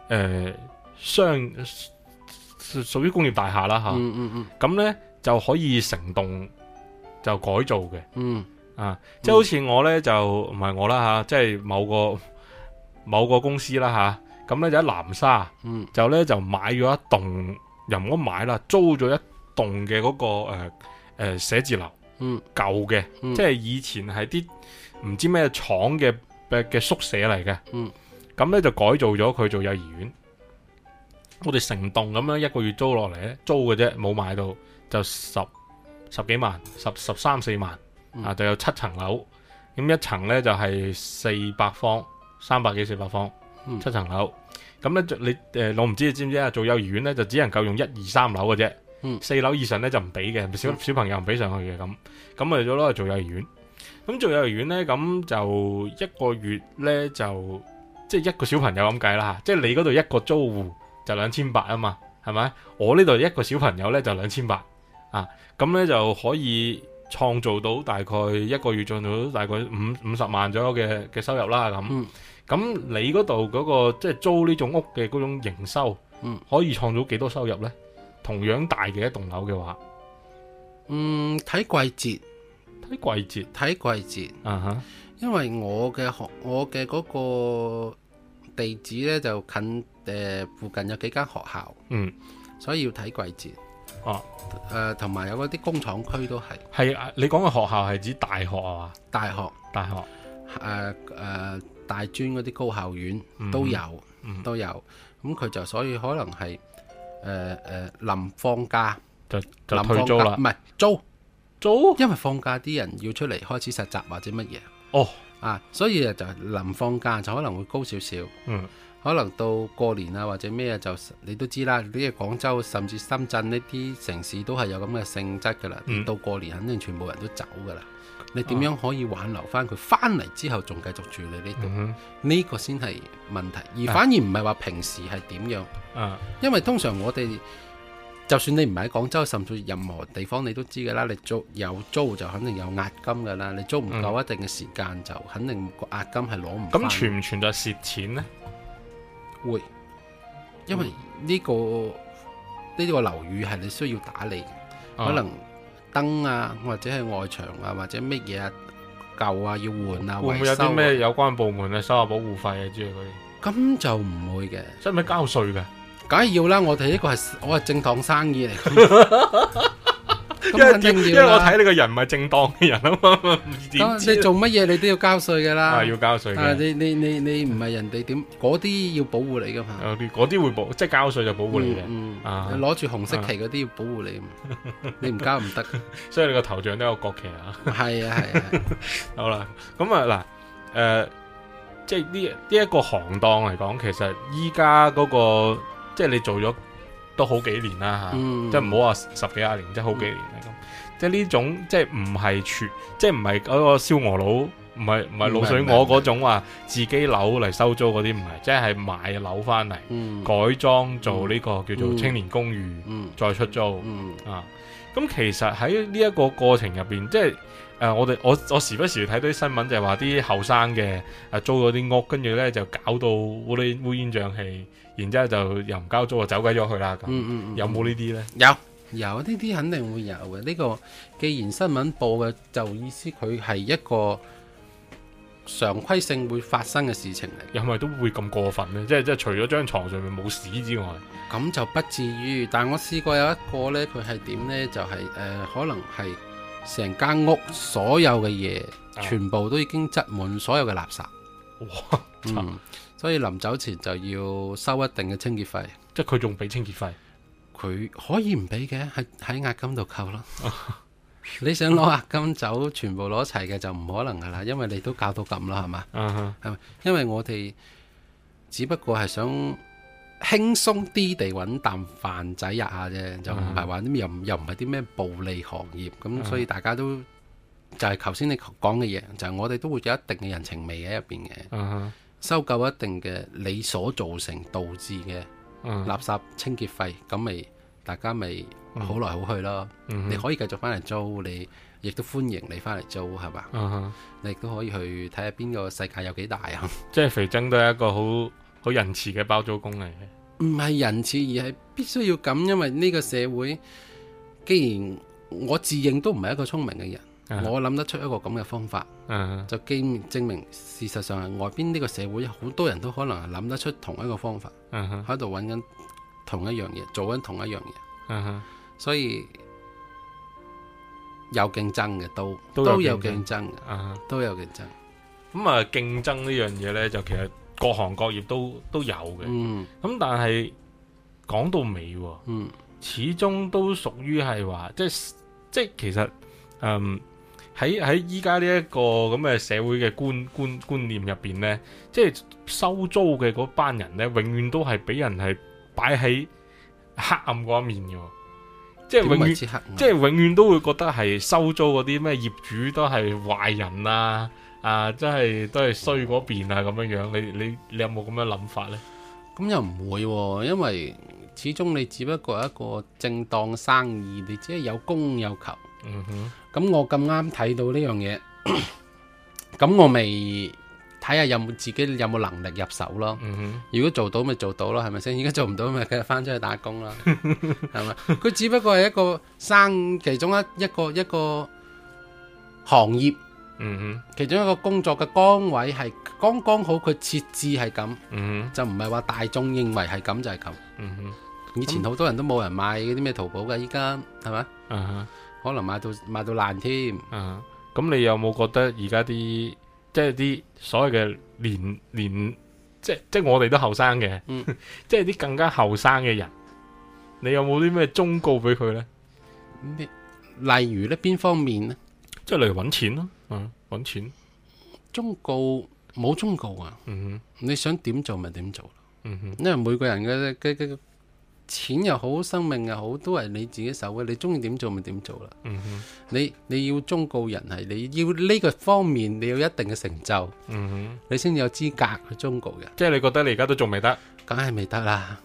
Speaker 1: 誒商，屬屬於工業大廈啦
Speaker 2: 嗯
Speaker 1: 吓。
Speaker 2: 嗯嗯
Speaker 1: 咁、呢就可以成棟就改造嘅
Speaker 2: 嗯
Speaker 1: 啊，即係好似我呢，就唔係我啦吓、即係某個某個公司啦吓，咁、呢就喺南沙
Speaker 2: 嗯
Speaker 1: 就呢，就買咗一棟，又唔好買啦，租咗一棟嘅嗰、個誒、呃寫字樓。
Speaker 2: 嗯
Speaker 1: 舊嘅，
Speaker 2: 嗯
Speaker 1: 即係以前係啲唔知咩廠嘅呃嘅嘅宿舍嚟嘅。
Speaker 2: 嗯，
Speaker 1: 咁咧就改造咗佢做幼兒園。我哋成棟咁樣一個月租落嚟咧，租嘅啫，冇買到就十十幾萬，十十三四萬、
Speaker 2: 嗯
Speaker 1: 啊，就有七層樓。咁一層咧就係四百方，三百幾四百方，
Speaker 2: 嗯
Speaker 1: 七層樓。咁咧就你誒、呃我唔知你知唔知啊？做幼兒園咧就只能夠用一二三樓嘅啫。
Speaker 2: 嗯
Speaker 1: 四樓以上咧就唔俾嘅，小小朋友唔俾上去嘅咁，咁咪咗攞嚟做幼兒園。咁做幼兒園咧，咁就一個月咧就即係一個小朋友咁計啦嚇，即係你嗰度一個租戶就兩千八啊嘛，係咪？我呢度一個小朋友咧就兩千八啊，咁咧就可以創造到大概一個月創造到大概五五十萬左右嘅嘅收入啦咁。
Speaker 2: 嗯
Speaker 1: 咁你嗰度嗰個即係租呢種屋嘅嗰種營收，
Speaker 2: 嗯
Speaker 1: 可以創造幾多收入呢？同樣大嘅一棟樓嘅話，
Speaker 2: 嗯，睇季
Speaker 1: 睇季
Speaker 2: 節，睇季節。
Speaker 1: 節啊哈，
Speaker 2: 因為我嘅學我嘅嗰個地址呢，就近誒、呃附近有幾間學校，
Speaker 1: 嗯，
Speaker 2: 所以要睇季節。
Speaker 1: 哦，
Speaker 2: 誒同埋有嗰啲工廠區都係
Speaker 1: 係啊你講嘅學校係指大學啊嘛？
Speaker 2: 大學
Speaker 1: 大學
Speaker 2: 誒誒、呃大專嗰啲高校院
Speaker 1: 嗯
Speaker 2: 都有、
Speaker 1: 嗯
Speaker 2: 都有，咁佢就所以可能係誒誒臨放假
Speaker 1: 就就
Speaker 2: 臨
Speaker 1: 退
Speaker 2: 放
Speaker 1: 租
Speaker 2: 假
Speaker 1: 啦
Speaker 2: 唔，係租，
Speaker 1: 租
Speaker 2: 因為放假啲人要出嚟開始實習或者乜嘢
Speaker 1: 哦，
Speaker 2: 啊，所以就臨放假就可能會高少少。
Speaker 1: 嗯
Speaker 2: 可能到過年啊或者咩啊就你都知啦，呢啲廣州甚至深圳呢啲城市都係有咁嘅性質㗎啦。
Speaker 1: 嗯
Speaker 2: 到過年肯定全部人都走㗎啦，你點樣可以挽留翻佢翻嚟之後仲繼續住你呢度？
Speaker 1: 嗯
Speaker 2: 呢、個先係問題，
Speaker 1: 啊
Speaker 2: 而反而唔係話平時係點樣，
Speaker 1: 哼，啊，
Speaker 2: 因為通常我哋就算你唔係喺廣州，甚至任何地方你都知㗎啦，你租有租就肯定有押金㗎啦，你租唔
Speaker 1: 嗯
Speaker 2: 夠一定嘅時間就肯定個押金係攞唔返
Speaker 1: 咁存唔存在蝕錢呢？
Speaker 2: 會，因為呢、個呢、個樓宇係你需要打理嘅。
Speaker 1: 啊
Speaker 2: 可能燈啊，或者係外牆啊，或者乜嘢啊舊啊要換啊，
Speaker 1: 會唔會有
Speaker 2: 維修啊
Speaker 1: 啲咩有關部門啊收下保護費啊之類嗰啲？
Speaker 2: 咁就唔會嘅，
Speaker 1: 使唔使交税㗎？
Speaker 2: 梗係要啦！我哋呢個係我係正當
Speaker 1: (laughs)
Speaker 2: 生意嚟嘅，
Speaker 1: 因
Speaker 2: 咁
Speaker 1: 為
Speaker 2: 肯定
Speaker 1: 因為
Speaker 2: 要
Speaker 1: 我
Speaker 2: 啦。
Speaker 1: 睇你個人唔係正當嘅人啊嘛，點
Speaker 2: 咁你
Speaker 1: 知
Speaker 2: 做乜嘢你都要交税㗎啦
Speaker 1: 啊，要交税
Speaker 2: 啊！
Speaker 1: 嘅？
Speaker 2: 你你你你唔係人哋點嗰啲要保護你㗎嘛？
Speaker 1: 有啲嗰啲會保，即係交税就保護你嘅，
Speaker 2: 嗯
Speaker 1: 啊
Speaker 2: 嗯，攞住紅色旗嗰啲要保護你，你唔交唔得。
Speaker 1: 所以你個頭像都有國旗啊。
Speaker 2: 係啊係啊，係啊
Speaker 1: 好啦，咁啊嗱，誒、即係呢呢一個行當嚟講，其實依家嗰個即係你做咗都好幾年啦嚇，
Speaker 2: 嗯，
Speaker 1: 即係唔好話十幾廿年，即係好幾年嚟咁。即係呢種即係唔係全，即係唔係嗰個燒鵝佬，唔係唔係滷水鵝嗰種話自己樓嚟收租嗰啲，唔係，即係買樓翻嚟
Speaker 2: 嗯
Speaker 1: 改裝做呢個叫做青年公寓
Speaker 2: 嗯
Speaker 1: 再出租。
Speaker 2: 嗯
Speaker 1: 啊，咁其實喺呢一個過程入邊，即係誒、呃我哋我我時不時睇到啲新聞，就係話啲後生嘅誒租咗啲屋，跟住咧就搞到烏哩烏煙瘴氣，然之後就又唔交租啊，走鬼咗去啦咁。
Speaker 2: 嗯嗯，嗯
Speaker 1: 有冇呢啲咧？
Speaker 2: 有有呢啲肯定會有嘅。呢、個既然新聞報嘅，就意思佢係一個常規性會發生嘅事情嚟，
Speaker 1: 係咪都會咁過分咧？即係即係除咗張床上面冇屎之外，
Speaker 2: 咁就不至於。但我試過有一個呢，佢係點呢？就係、呃可能係成間屋所有嘅嘢，全部都已經擠滿所有嘅垃圾。
Speaker 1: 哇！
Speaker 2: 嗯，所以臨走前就要收一定嘅清潔費。
Speaker 1: 即係佢仲俾清潔費，
Speaker 2: 佢可以唔俾嘅，喺喺押金度扣咯。你想攞押金走，全部攞齊嘅就唔可能噶啦，因為你都搞到咁啦，係嘛？
Speaker 1: 啊哈
Speaker 2: 係咪？因為我哋只不過係想輕鬆啲地揾啖飯仔入下啫，就唔係話啲又唔又唔係啲咩暴利行業，咁所以大家都就係頭先你講嘅嘢，就係、我哋都會有一定嘅人情味喺入邊嘅，
Speaker 1: 啊哈
Speaker 2: 收購一定嘅你所造成導致嘅。
Speaker 1: 嗯
Speaker 2: 垃圾清潔費，咁咪大家咪好來好去咯。
Speaker 1: 嗯
Speaker 2: 你可以繼續翻嚟租，你亦都歡迎你翻嚟租，係嘛？
Speaker 1: 啊哈
Speaker 2: 你亦都可以去睇下邊個世界有幾大啊！ (laughs)
Speaker 1: 即係肥憎都係一個好好仁慈嘅包租公嚟嘅。
Speaker 2: 唔係仁慈，而係必須要咁，因為呢個社會，既然我自認都唔係一個聰明嘅人，
Speaker 1: 啊
Speaker 2: 我諗得出一個咁嘅方法，
Speaker 1: 嗯
Speaker 2: 就基證明事實上係外邊呢個社會有好多人都可能係諗得出同一個方法，
Speaker 1: 嗯哼
Speaker 2: 喺度揾緊同一樣嘢，做緊同一樣嘢。
Speaker 1: 嗯哼
Speaker 2: 所以有競爭嘅都
Speaker 1: 都有
Speaker 2: 都有
Speaker 1: 競
Speaker 2: 競爭嘅，
Speaker 1: 啊哈。
Speaker 2: 都有競爭。
Speaker 1: 咁啊，競爭呢樣嘢呢，就其實各行各業都都有嘅。咁、
Speaker 2: 嗯
Speaker 1: 但係講到尾喎，
Speaker 2: 嗯
Speaker 1: 始終都屬於係話，即係即係其實嗯喺喺依家呢一個咁嘅社會嘅觀觀觀念入邊呢，即係收租嘅嗰班人呢，永遠都係俾人係擺喺黑暗嗰一面嘅喎，即係
Speaker 2: 點
Speaker 1: 永
Speaker 2: 為
Speaker 1: 遠。
Speaker 2: 之黑暗？
Speaker 1: 即係永遠都會覺得係收租嗰啲咩業主都係壞人啊，啊，真係都係衰嗰邊啊咁樣樣。你你你有冇咁樣諗法呢？
Speaker 2: 咁又唔會喎，因為始終你只不過係一個正當嘅生意，你只係有供有求。
Speaker 1: 嗯哼，
Speaker 2: 咁我咁啱睇到呢樣嘢，咁我咪睇下有冇自己有冇能力入手咯。
Speaker 1: 嗯哼，
Speaker 2: 如果做到咪做到咯，係咪先？ (laughs) 而家做唔到咪繼續翻出去打工啦， (laughs) 係咪？佢只不過係一個生其中一一個一個行業，
Speaker 1: 嗯
Speaker 2: 其中一個工作嘅崗位係剛剛好佢設置係咁，
Speaker 1: 哼，嗯
Speaker 2: 就唔係話大眾認為係咁就係咁。
Speaker 1: 哼，嗯哼，
Speaker 2: 以前好多人都冇人買嗰啲咩淘寶嘅，依家係咪？
Speaker 1: 啊
Speaker 2: 可能買到買到爛添。
Speaker 1: 哈啊哈，咁你有冇覺得而家啲即係啲所謂嘅年年即即係我哋都後生嘅，
Speaker 2: 嗯
Speaker 1: (laughs) 即係啲更加後生嘅人，你有冇啲咩忠告俾佢呢？
Speaker 2: 咩例如呢邊方面呢？
Speaker 1: 即係例如揾錢咯，嗯，揾錢，
Speaker 2: 忠告冇忠告啊！
Speaker 1: 嗯
Speaker 2: 你想點做咪點做。
Speaker 1: 哼，嗯哼，
Speaker 2: 因為每個人嘅嘅嘅錢又好，生命又好，都係你自己手嘅。你中意點做咪點做啦。
Speaker 1: 嗯哼，
Speaker 2: 你你要忠告人係，你要呢個方面你要有一定嘅成就，
Speaker 1: 嗯哼，
Speaker 2: 你先有資格去忠
Speaker 1: (laughs)
Speaker 2: 告人，
Speaker 1: 即係你覺得你而家都仲未得，
Speaker 2: 梗係未得啦。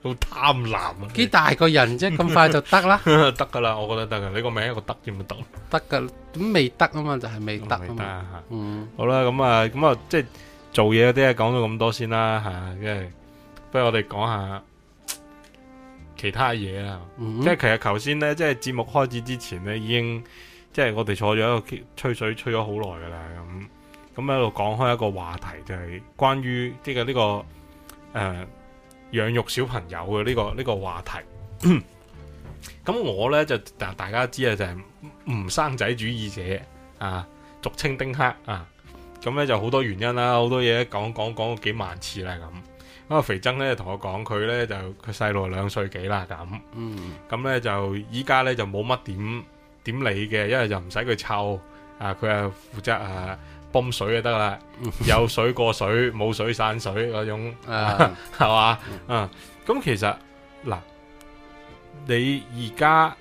Speaker 1: 好貪婪啊！
Speaker 2: 幾大個人啫，咁快就得啦，
Speaker 1: (laughs) 得噶啦，我覺得得噶，你個名一個得字咪得咯，
Speaker 2: 得噶，咁未得啊嘛，就係未得啊
Speaker 1: 未得
Speaker 2: 嘛。
Speaker 1: 啊嚇
Speaker 2: 嗯，
Speaker 1: 好啦，咁啊，咁啊，即係做嘢嗰啲啊，講到咁多先啦吓，即係不如我哋講下其他嘢啊啦。
Speaker 2: 嗯
Speaker 1: 即係其實頭先呢，即係節目開始之前呢，已經即係我哋坐咗一個吹水吹咗好耐噶啦，咁咁喺度講開一個話題，就係關於即係呢個誒、呃、養育小朋友嘅呢、個呢、個話題。咁我呢，就大大家知啊，就係唔生仔主義者啊，俗稱丁克啊。咁呢就好多原因啦，好多嘢講講講咗幾萬次啦咁。咁啊肥曾呢，同我講佢呢，就佢細路兩歲幾啦咁。
Speaker 2: 嗯，
Speaker 1: (laughs) 咁咧就依家咧就冇乜點點理嘅，因為就唔使佢湊啊，佢係負責啊泵水就得啦，有水過水， (laughs) 冇水散水嗰種
Speaker 2: 啊，
Speaker 1: 係嘛？嗯，咁其實嗱，你而家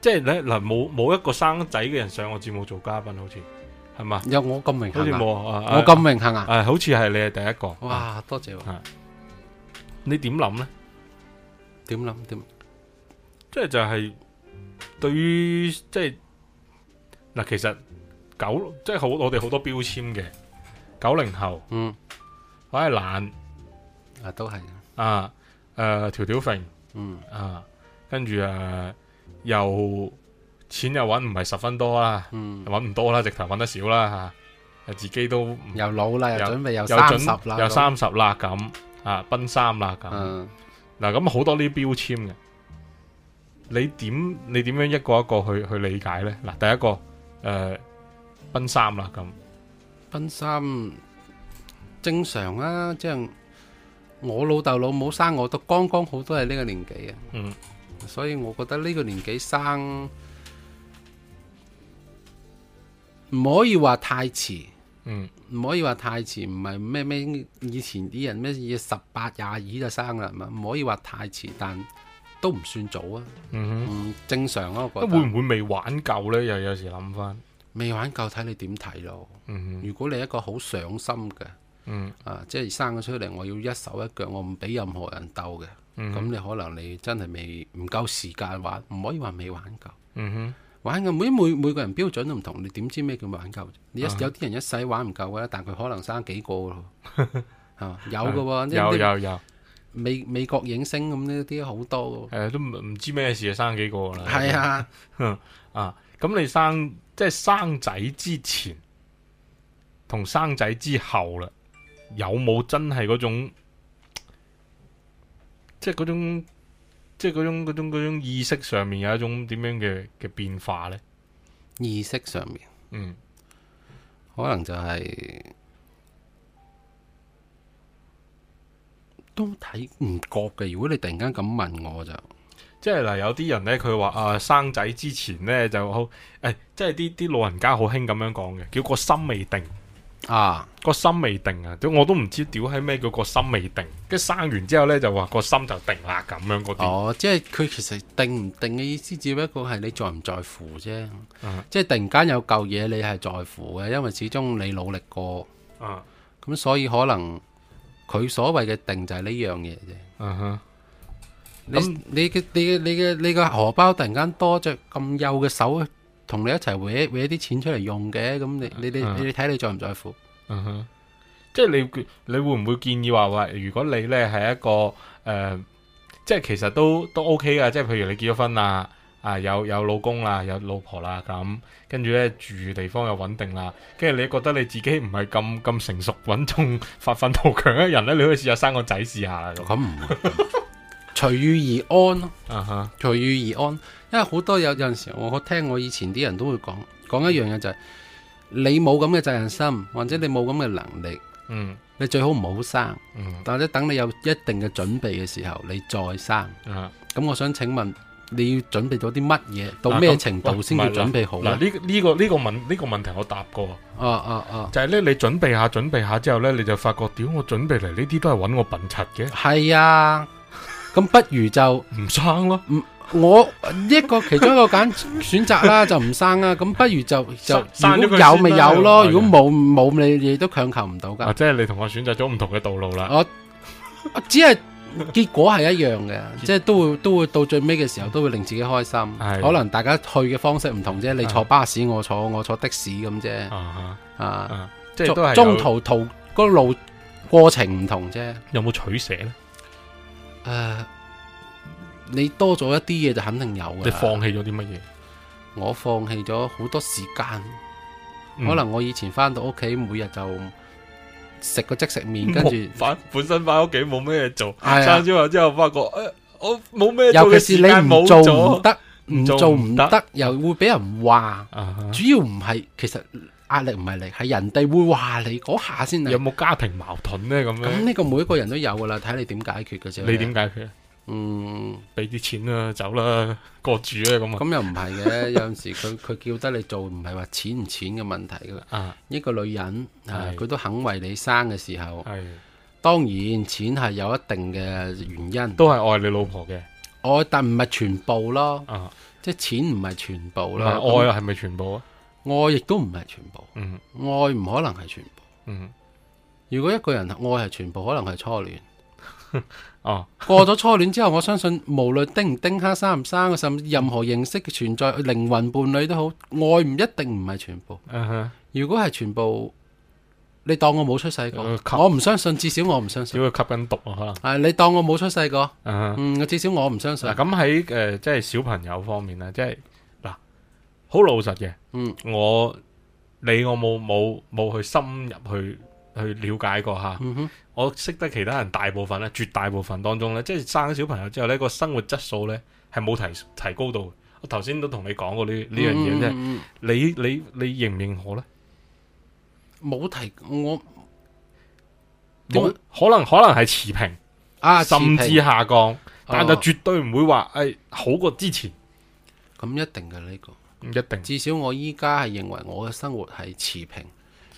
Speaker 1: 即係咧嗱，冇冇一個生仔嘅人上我節目做嘉賓，好似係嘛？
Speaker 2: 有我咁榮
Speaker 1: 好似
Speaker 2: 幸啊，
Speaker 1: 冇啊，啊
Speaker 2: 我咁榮幸啊，
Speaker 1: 啊，好似係你係第一個。啊，
Speaker 2: 哇，多謝喎，
Speaker 1: 你點諗咧？
Speaker 2: 點諗點？
Speaker 1: 即係就係對於即係嗱，其實九即係好，我哋好多標籤嘅九零後，
Speaker 2: 嗯，
Speaker 1: 或者懶
Speaker 2: 啊都係，
Speaker 1: 啊，誒、條條揈
Speaker 2: 嗯
Speaker 1: 啊，跟住誒又錢又揾唔係十分多啦，
Speaker 2: 嗯，
Speaker 1: 揾唔多啦，直頭揾得少啦嚇、自己都唔
Speaker 2: 又老啦，又
Speaker 1: 有
Speaker 2: 準備又
Speaker 1: 有
Speaker 2: 三十啦，
Speaker 1: 準有
Speaker 2: 咁，
Speaker 1: 三十啦咁啊，奔三啦咁。
Speaker 2: 嗯，
Speaker 1: 嗱，咁好多呢啲標籤嘅，你點你點樣一個一個去去理解呢？嗱，第一個誒、呃奔三啦咁，
Speaker 2: 奔三正常啊，即係我老豆老母生我都剛剛好都係呢個年紀啊，
Speaker 1: 嗯，
Speaker 2: 所以我覺得呢個年紀生唔可以話太遲，
Speaker 1: 嗯
Speaker 2: 唔可以話太遲，唔係咩咩以前啲人咩嘢十八廿二就生啦，係嘛唔可以話太遲，但都唔算早啊，
Speaker 1: 嗯
Speaker 2: 嗯，正常啊，我
Speaker 1: 哼，
Speaker 2: 覺
Speaker 1: 會
Speaker 2: 得
Speaker 1: 唔會未玩夠呢？又有時諗翻，
Speaker 2: 未玩夠睇你點睇咯。
Speaker 1: 嗯哼
Speaker 2: 如果你係一個好上心嘅，
Speaker 1: 嗯
Speaker 2: 啊，即係生咗出嚟，我要一手一腳，我唔俾任何人鬥嘅。
Speaker 1: 嗯
Speaker 2: 咁你可能你真係未唔夠時間玩，唔可以話未玩夠。
Speaker 1: 嗯哼，
Speaker 2: 玩嘅每每每個人標準都唔同，你點知咩叫玩夠啫？你一
Speaker 1: 啊
Speaker 2: 有啲人一世玩唔夠嘅，但佢可能生幾個
Speaker 1: (laughs)
Speaker 2: 咯，係嘛？有嘅喎，即係
Speaker 1: 啊有
Speaker 2: 啲
Speaker 1: 有有，
Speaker 2: 美美國影星咁呢啲好多
Speaker 1: 誒都唔唔知咩事啊，生幾個
Speaker 2: 嘅
Speaker 1: 啦，
Speaker 2: 喎。係啊，
Speaker 1: 啊，咁你生即係生仔之前同生仔之後啦，有冇真係嗰種即係嗰種即係嗰種嗰種嗰種意識上面有一種點樣嘅嘅變化呢？
Speaker 2: 意識上面
Speaker 1: 嗯
Speaker 2: 可能就係都睇唔覺嘅。如果你突然間咁問我就〜
Speaker 1: 即係嗱，有啲人呢，佢話啊，生仔之前呢就好，誒、哎即係啲啲老人家好興咁樣講嘅，叫個心未定，
Speaker 2: 啊，
Speaker 1: 個心未定啊，我都唔知屌喺咩叫個心未定，跟住生完之後呢，就話個心就定啦咁樣嗰啲，
Speaker 2: 哦，即係佢其實定唔定嘅意思，只不過係你在唔在乎啫。
Speaker 1: 嗯
Speaker 2: 即係突然間有嚿嘢你係在乎嘅，因為始終你努力過，
Speaker 1: 啊，
Speaker 2: 咁所以可能佢所謂嘅定就係呢樣嘢啫。
Speaker 1: 嗯哼。
Speaker 2: 你
Speaker 1: 咁
Speaker 2: 你嘅你嘅你嘅你嘅荷包突然間多隻咁幼嘅手，同你一齊搲搿啲錢出嚟用嘅，咁你你
Speaker 1: 嗯
Speaker 2: 你你睇你在唔在乎？
Speaker 1: 嗯哼，即係你你會唔會建議話喂，如果你咧係一個誒、呃即係其實都都 OK 噶，即係譬如你結咗婚啦，啊有有老公啦，有老婆啦，咁跟住咧住地方又穩定啦，跟住你覺得你自己唔係咁咁成熟穩重、 (laughs) 發奮圖強嘅人咧，你可以試下生個仔試下啦咁。
Speaker 2: 咁唔會隨遇而安咯。
Speaker 1: 啊哈，
Speaker 2: 隨遇而安，因為好多有有陣時，我聽我以前啲人都會講講一樣嘢就係、你冇咁嘅責任心，或者你冇咁嘅能力，
Speaker 1: 嗯
Speaker 2: 你最好唔好生，
Speaker 1: 嗯
Speaker 2: 或者等你有一定嘅準備嘅時候，你再生。
Speaker 1: 啊，
Speaker 2: 咁我想請問，你要準備咗啲乜嘢？到咩程度先叫準備好
Speaker 1: 嗱
Speaker 2: 呢
Speaker 1: 呢呢個呢個問呢個問題我答過。
Speaker 2: 啊啊啊！
Speaker 1: 就係咧，你準備下準備下之後咧，你就發覺，屌我準備嚟呢啲都係揾我笨柒嘅，
Speaker 2: 係啊，咁不如就
Speaker 1: 唔生咯，
Speaker 2: 我一個其中一個揀選擇啦，就唔生啦。咁不如就就
Speaker 1: 生咗佢
Speaker 2: 如果有
Speaker 1: 先
Speaker 2: 咪
Speaker 1: 啦
Speaker 2: 有咯，
Speaker 1: 係啊
Speaker 2: 如果冇冇你你都強求唔到噶
Speaker 1: 啊，。即係你同我選擇咗唔同嘅道路啦。
Speaker 2: 我我只係結果係一樣嘅，即係都會都會到最尾嘅時候都會令自己開心。
Speaker 1: 係
Speaker 2: 可能大家去嘅方式唔同啫，你坐巴士，我坐我坐的士咁啫。
Speaker 1: 啊哈
Speaker 2: 啊，
Speaker 1: 啊，即係都係有
Speaker 2: 中途途嗰路過程唔同啫。
Speaker 1: 有冇取捨咧？
Speaker 2: 诶，你多咗一啲嘢就肯定有嘅。
Speaker 1: 你放棄咗啲乜嘢？
Speaker 2: 我放棄咗好多時間，
Speaker 1: 嗯
Speaker 2: 可能我以前翻到屋企每日就食個即食
Speaker 1: (laughs)
Speaker 2: 麵，跟住。啊
Speaker 1: 反嗯本身翻屋企冇咩做，
Speaker 2: 係啊
Speaker 1: 生咗話之後發覺誒，我冇咩做
Speaker 2: 尤
Speaker 1: 嘅
Speaker 2: 其是
Speaker 1: 時
Speaker 2: 你
Speaker 1: 間
Speaker 2: 唔
Speaker 1: 冇
Speaker 2: 做唔
Speaker 1: 咗
Speaker 2: 得，
Speaker 1: 唔
Speaker 2: 唔
Speaker 1: 做
Speaker 2: 做
Speaker 1: 唔
Speaker 2: 唔
Speaker 1: 得
Speaker 2: 得，又會俾人話。
Speaker 1: 啊哈。
Speaker 2: 主要唔係，其實壓力唔係你，係人哋會話你嗰下先嚟
Speaker 1: 有。冇家庭矛盾咧？咁
Speaker 2: 咁
Speaker 1: 樣
Speaker 2: 呢個每一個人都有噶啦，睇你點解決嘅啫。
Speaker 1: 你點？解決？
Speaker 2: 嗯，
Speaker 1: 俾啲錢啦，走啦，過住啦咁啊！
Speaker 2: 咁又唔係
Speaker 1: (laughs)
Speaker 2: 嘅。有陣時佢佢叫得你做，唔係話錢唔錢嘅問題㗎。
Speaker 1: 啊，
Speaker 2: 一個女人啊，
Speaker 1: 係
Speaker 2: 佢都肯為你生嘅時候，
Speaker 1: 係
Speaker 2: 當然錢係有一定嘅原因。
Speaker 1: 都係愛你老婆嘅
Speaker 2: 愛但唔係全部咯，
Speaker 1: 啊，
Speaker 2: 即係錢唔係全部
Speaker 1: 唔
Speaker 2: 啦。
Speaker 1: 係愛係咪全部啊？
Speaker 2: 愛亦都唔係全部，
Speaker 1: 嗯
Speaker 2: 愛唔可能係全部。
Speaker 1: 嗯，
Speaker 2: 如果一個人愛係全部，可能係初戀。
Speaker 1: 哦，
Speaker 2: 過咗初戀之後，我相信無論丁唔丁克、生唔生，甚至任何形式嘅存在，靈魂伴侶都好，愛唔一定唔係全部。
Speaker 1: 嗯哼
Speaker 2: 如果係全部，你當我冇出世過，
Speaker 1: 呃吸
Speaker 2: 我唔相信，至少我唔相
Speaker 1: 只
Speaker 2: 信。
Speaker 1: 會吸緊毒啊，可能
Speaker 2: 啊，你當我冇出世過，
Speaker 1: 嗯哼。
Speaker 2: 嗯，至少我唔相信
Speaker 1: 嗱，。咁喺誒即係小朋友方面咧，即係嗱，好老實嘅，
Speaker 2: 嗯，
Speaker 1: 我你我冇冇冇去深入去去了解過嚇，
Speaker 2: 嗯哼，
Speaker 1: 我識得其他人大部分咧，絕大部分當中咧，即係生咗小朋友之後咧，個生活質素咧係冇提提高到嘅。我頭先都同你講過呢呢樣嘢，即係
Speaker 2: 嗯嗯
Speaker 1: 你你你認唔認可咧？
Speaker 2: 嗯冇提我點
Speaker 1: 冇可能可能係持平，
Speaker 2: 啊，
Speaker 1: 甚
Speaker 2: 持
Speaker 1: 至
Speaker 2: 平
Speaker 1: 下降，但就
Speaker 2: 哦
Speaker 1: 絕對唔會話誒好過之前，
Speaker 2: 咁一定嘅呢個。
Speaker 1: 唔一定。
Speaker 2: 至少我依家係認為我嘅生活係持平。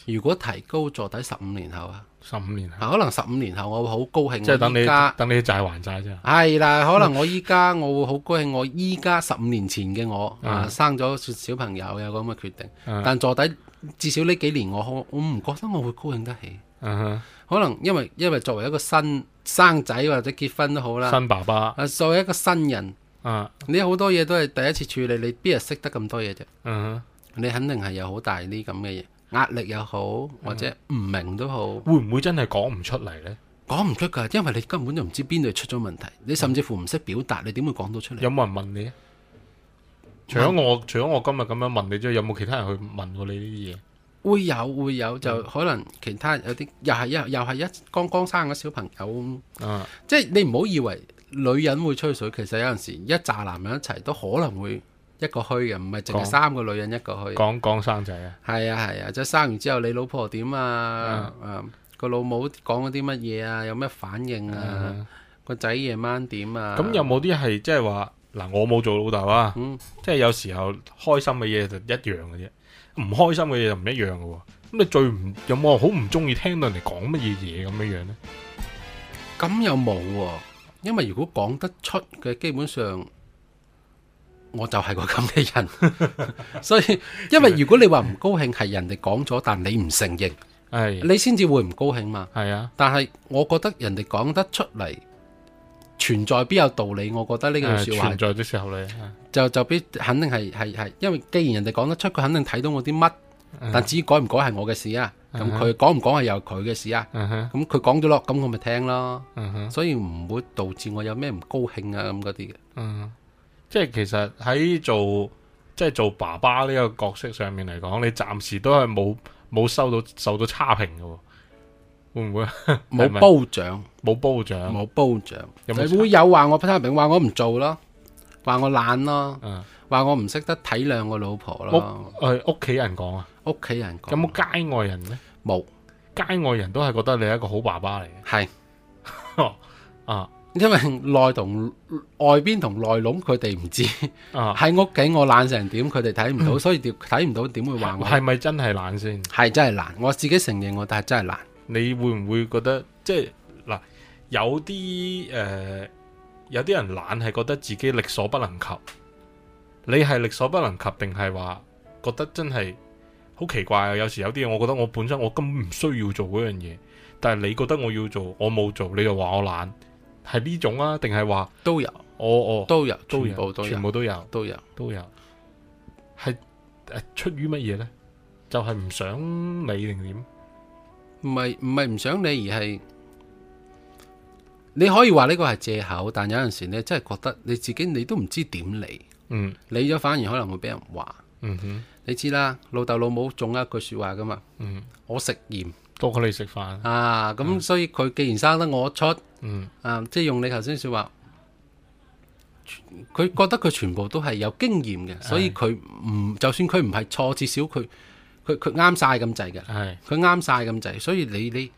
Speaker 2: 如果提高坐底十五年後啊，
Speaker 1: 十五年後，
Speaker 2: 啊可能十五年後我會好高興。
Speaker 1: 即係等
Speaker 2: 我
Speaker 1: 你
Speaker 2: 依家
Speaker 1: 等你債還債啫。
Speaker 2: 係啦，可能我依家我會好高興，我依家十五年前嘅我
Speaker 1: 嗯
Speaker 2: 啊生咗小朋友有咁嘅決定，
Speaker 1: 嗯
Speaker 2: 但坐底至少呢幾年我我我唔覺得我會高興得起，
Speaker 1: 嗯
Speaker 2: 可能因為因為作為一個新生仔或者結婚都好
Speaker 1: 哼，
Speaker 2: 啦，
Speaker 1: 新爸爸
Speaker 2: 啊作為一個新人，
Speaker 1: 啊，
Speaker 2: 你好多嘢都係第一次處理，你邊日識得咁多嘢啫？
Speaker 1: 嗯
Speaker 2: 你肯定係有好大啲咁嘅嘢，壓力又好，或者唔明都好，
Speaker 1: 哼，會唔會真係講唔出嚟呢？
Speaker 2: 講唔出㗎，因為你根本就唔知邊度出咗問題，你甚至乎唔識表達，你點會講到出嚟？
Speaker 1: 有冇人問你啊？除咗我，除咗我今日咁樣問你之外，有冇其他人去問過你呢啲嘢？
Speaker 2: 會有會有，就可能其他人有啲又係一又係一剛剛生嘅小朋友，
Speaker 1: 啊，
Speaker 2: 即係你唔好以為女人會吹水，其實有陣時一紮男人一齊都可能會一個虛嘅，唔係淨
Speaker 1: 講
Speaker 2: 係三個女人一個虛。
Speaker 1: 講講生仔啊，
Speaker 2: 係啊係啊，即係生完之後你老婆點啊？誒個老母講咗啲乜嘢啊？有咩反應啊？個仔夜晚點啊？
Speaker 1: 嗯咁有冇啲係即係話嗱，我冇做老豆啊，
Speaker 2: 嗯
Speaker 1: 即係有時候開心嘅嘢就一樣嘅啫，唔開心嘅嘢就唔一樣嘅喎。咁你最唔有冇好唔中意聽到人哋講乜嘢嘢咁樣樣呢？
Speaker 2: 咁又冇喎？因為如果講得出嘅，基本上我就係個咁嘅人，所以因為如果你話唔高興係人哋講咗，但你唔承認，
Speaker 1: 係
Speaker 2: 你先至會唔高興嘛。
Speaker 1: 係啊，
Speaker 2: 但係我覺得人哋講得出嚟，存在必有道理。我覺得呢
Speaker 1: 誒
Speaker 2: 句説話係
Speaker 1: 存在的時候你啊
Speaker 2: 就就必肯定係係係，因為既然人哋講得出，佢肯定睇到我啲乜，
Speaker 1: 啊
Speaker 2: 但至於改唔改係我嘅事啊。咁
Speaker 1: 嗯哼
Speaker 2: 佢講唔講係由佢嘅事啊。
Speaker 1: 嗯哼，
Speaker 2: 咁佢講咗咯，咁我咪聽咯。
Speaker 1: 嗯哼。
Speaker 2: 所以唔會導致我有咩唔高興啊咁嗰啲嘅。
Speaker 1: 嗯，即係其實喺做即係做爸爸呢個角色上面嚟講，你暫時都係冇冇收到受到差評嘅喎，會唔會係
Speaker 2: 冇
Speaker 1: 咪
Speaker 2: 褒獎，
Speaker 1: 冇褒獎？
Speaker 2: 冇褒獎，
Speaker 1: 有冇
Speaker 2: 你會有話我批評，話我唔做咯，話我懶咯，
Speaker 1: 嗯，
Speaker 2: 話我唔識得體諒我老婆咯，
Speaker 1: 誒屋企人講啊，
Speaker 2: 屋企人講
Speaker 1: 有冇街外人呢？
Speaker 2: 冇
Speaker 1: 街外人都係覺得你係一個好爸爸嚟嘅
Speaker 2: 係。
Speaker 1: 啊
Speaker 2: 因為 (laughs) 內同外邊同內籠佢哋唔知，
Speaker 1: 啊，
Speaker 2: 喺屋企我懶成點，佢哋睇唔到，所以點睇唔到點會話我
Speaker 1: 係咪真係懶先？
Speaker 2: 係真係難，我自己承認我，但係真係難。
Speaker 1: 你會唔會覺得即係嗱有啲誒、呃有啲人懶係覺得自己力所不能及，你係力所不能及定係話覺得真係好奇怪啊？有時有啲嘢，我覺得我本身我根本唔需要做嗰樣嘢，但係你覺得我要做，我冇做，你就話我懶，係呢種啊？定係話
Speaker 2: 都有
Speaker 1: 我我
Speaker 2: 都有，
Speaker 1: 都
Speaker 2: 全部
Speaker 1: 有，
Speaker 2: 都
Speaker 1: 全
Speaker 2: 有
Speaker 1: 部都有，
Speaker 2: 都有。
Speaker 1: 都有，係誒出於乜嘢呢？就係唔想你定點？
Speaker 2: 唔係唔係唔想你，而係你可以話呢個係借口，但有陣時你真係覺得你自己你都唔知點理，
Speaker 1: 嗯
Speaker 2: 理咗反而可能會俾人話。
Speaker 1: 嗯哼
Speaker 2: 你知啦，老豆老母仲有一句説話噶嘛，
Speaker 1: 嗯，
Speaker 2: 我食鹽
Speaker 1: 多過你食飯，
Speaker 2: 啊，咁所以佢既然生得我出
Speaker 1: 嗯
Speaker 2: 啊，即係用你頭先説話，全佢覺得佢全部都係有經驗嘅，所以佢唔就算佢唔係錯，至少佢佢佢啱晒咁滯嘅。
Speaker 1: 係
Speaker 2: 佢啱晒咁滯，所以你你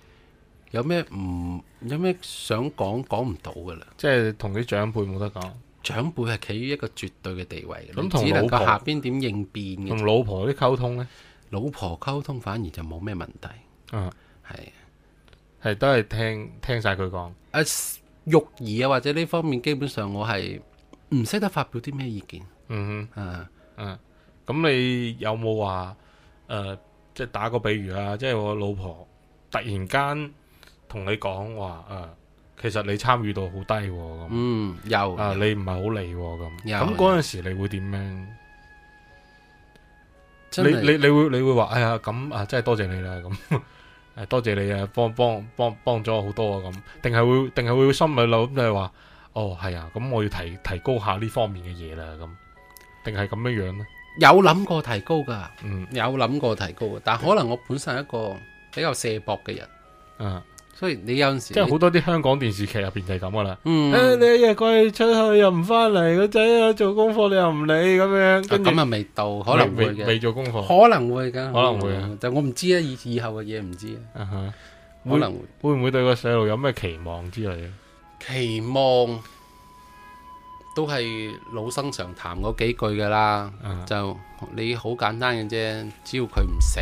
Speaker 2: 有咩唔有咩想講講唔到噶啦？
Speaker 1: 即係同啲長輩冇得講。長
Speaker 2: 會係企於一個絕對嘅地位嘅，
Speaker 1: 咁
Speaker 2: 你
Speaker 1: 同
Speaker 2: 只能
Speaker 1: 老
Speaker 2: 夠
Speaker 1: 婆嗯
Speaker 2: 下邊點應變嘅啫。
Speaker 1: 同老婆啲溝通呢，
Speaker 2: 老婆溝通反而就冇咩問題，嗯
Speaker 1: 啊，
Speaker 2: 係
Speaker 1: 係都係聽聽晒佢講，
Speaker 2: 啊育兒啊或者呢方面，基本上我係唔識得發表啲咩意見
Speaker 1: 嗯
Speaker 2: 啊。
Speaker 1: 哼，嗯，咁你有冇話誒，即係打個比喻啊，即係我老婆突然間同你講話誒，其實你參與度好低喎咁，
Speaker 2: 嗯，有
Speaker 1: 啊，
Speaker 2: 有
Speaker 1: 你唔係好理喎咁，
Speaker 2: 有
Speaker 1: 咁嗰陣時你會點樣？
Speaker 2: 真
Speaker 1: 你
Speaker 2: 係
Speaker 1: 你你會你會話哎呀咁啊，真係多謝你啦咁， (laughs) 誒多謝你啊，幫幫幫幫咗我好多啊咁，定係會定係會心裏諗就係話，哦係啊，咁我要提提高下呢方面嘅嘢啦咁，定係咁樣樣呢？
Speaker 2: 有諗過提高㗎，
Speaker 1: 嗯
Speaker 2: 有諗過提高嘅，但可能我本身係一個比較卸膊嘅人，
Speaker 1: 啊，
Speaker 2: 所以你有陣時
Speaker 1: 即係好多啲香港電視劇入邊就係咁噶啦。
Speaker 2: 嗯
Speaker 1: 誒你一日鬼出去又唔翻嚟，個仔啊做功課你又唔理咁樣，
Speaker 2: 啊
Speaker 1: 跟住
Speaker 2: 咁啊未到，可能
Speaker 1: 未
Speaker 2: 會嘅。
Speaker 1: 未做功課，
Speaker 2: 可能會㗎，
Speaker 1: 可能會啊
Speaker 2: 但我唔知啊，以以後嘅嘢唔知啊，
Speaker 1: 啊哈
Speaker 2: 可
Speaker 1: 會
Speaker 2: 能會
Speaker 1: 會唔會對個細路有咩期望之類嘅？
Speaker 2: 期望都係老生常談嗰幾句㗎啦。
Speaker 1: 啊
Speaker 2: 就你好簡單嘅啫，只要佢唔死，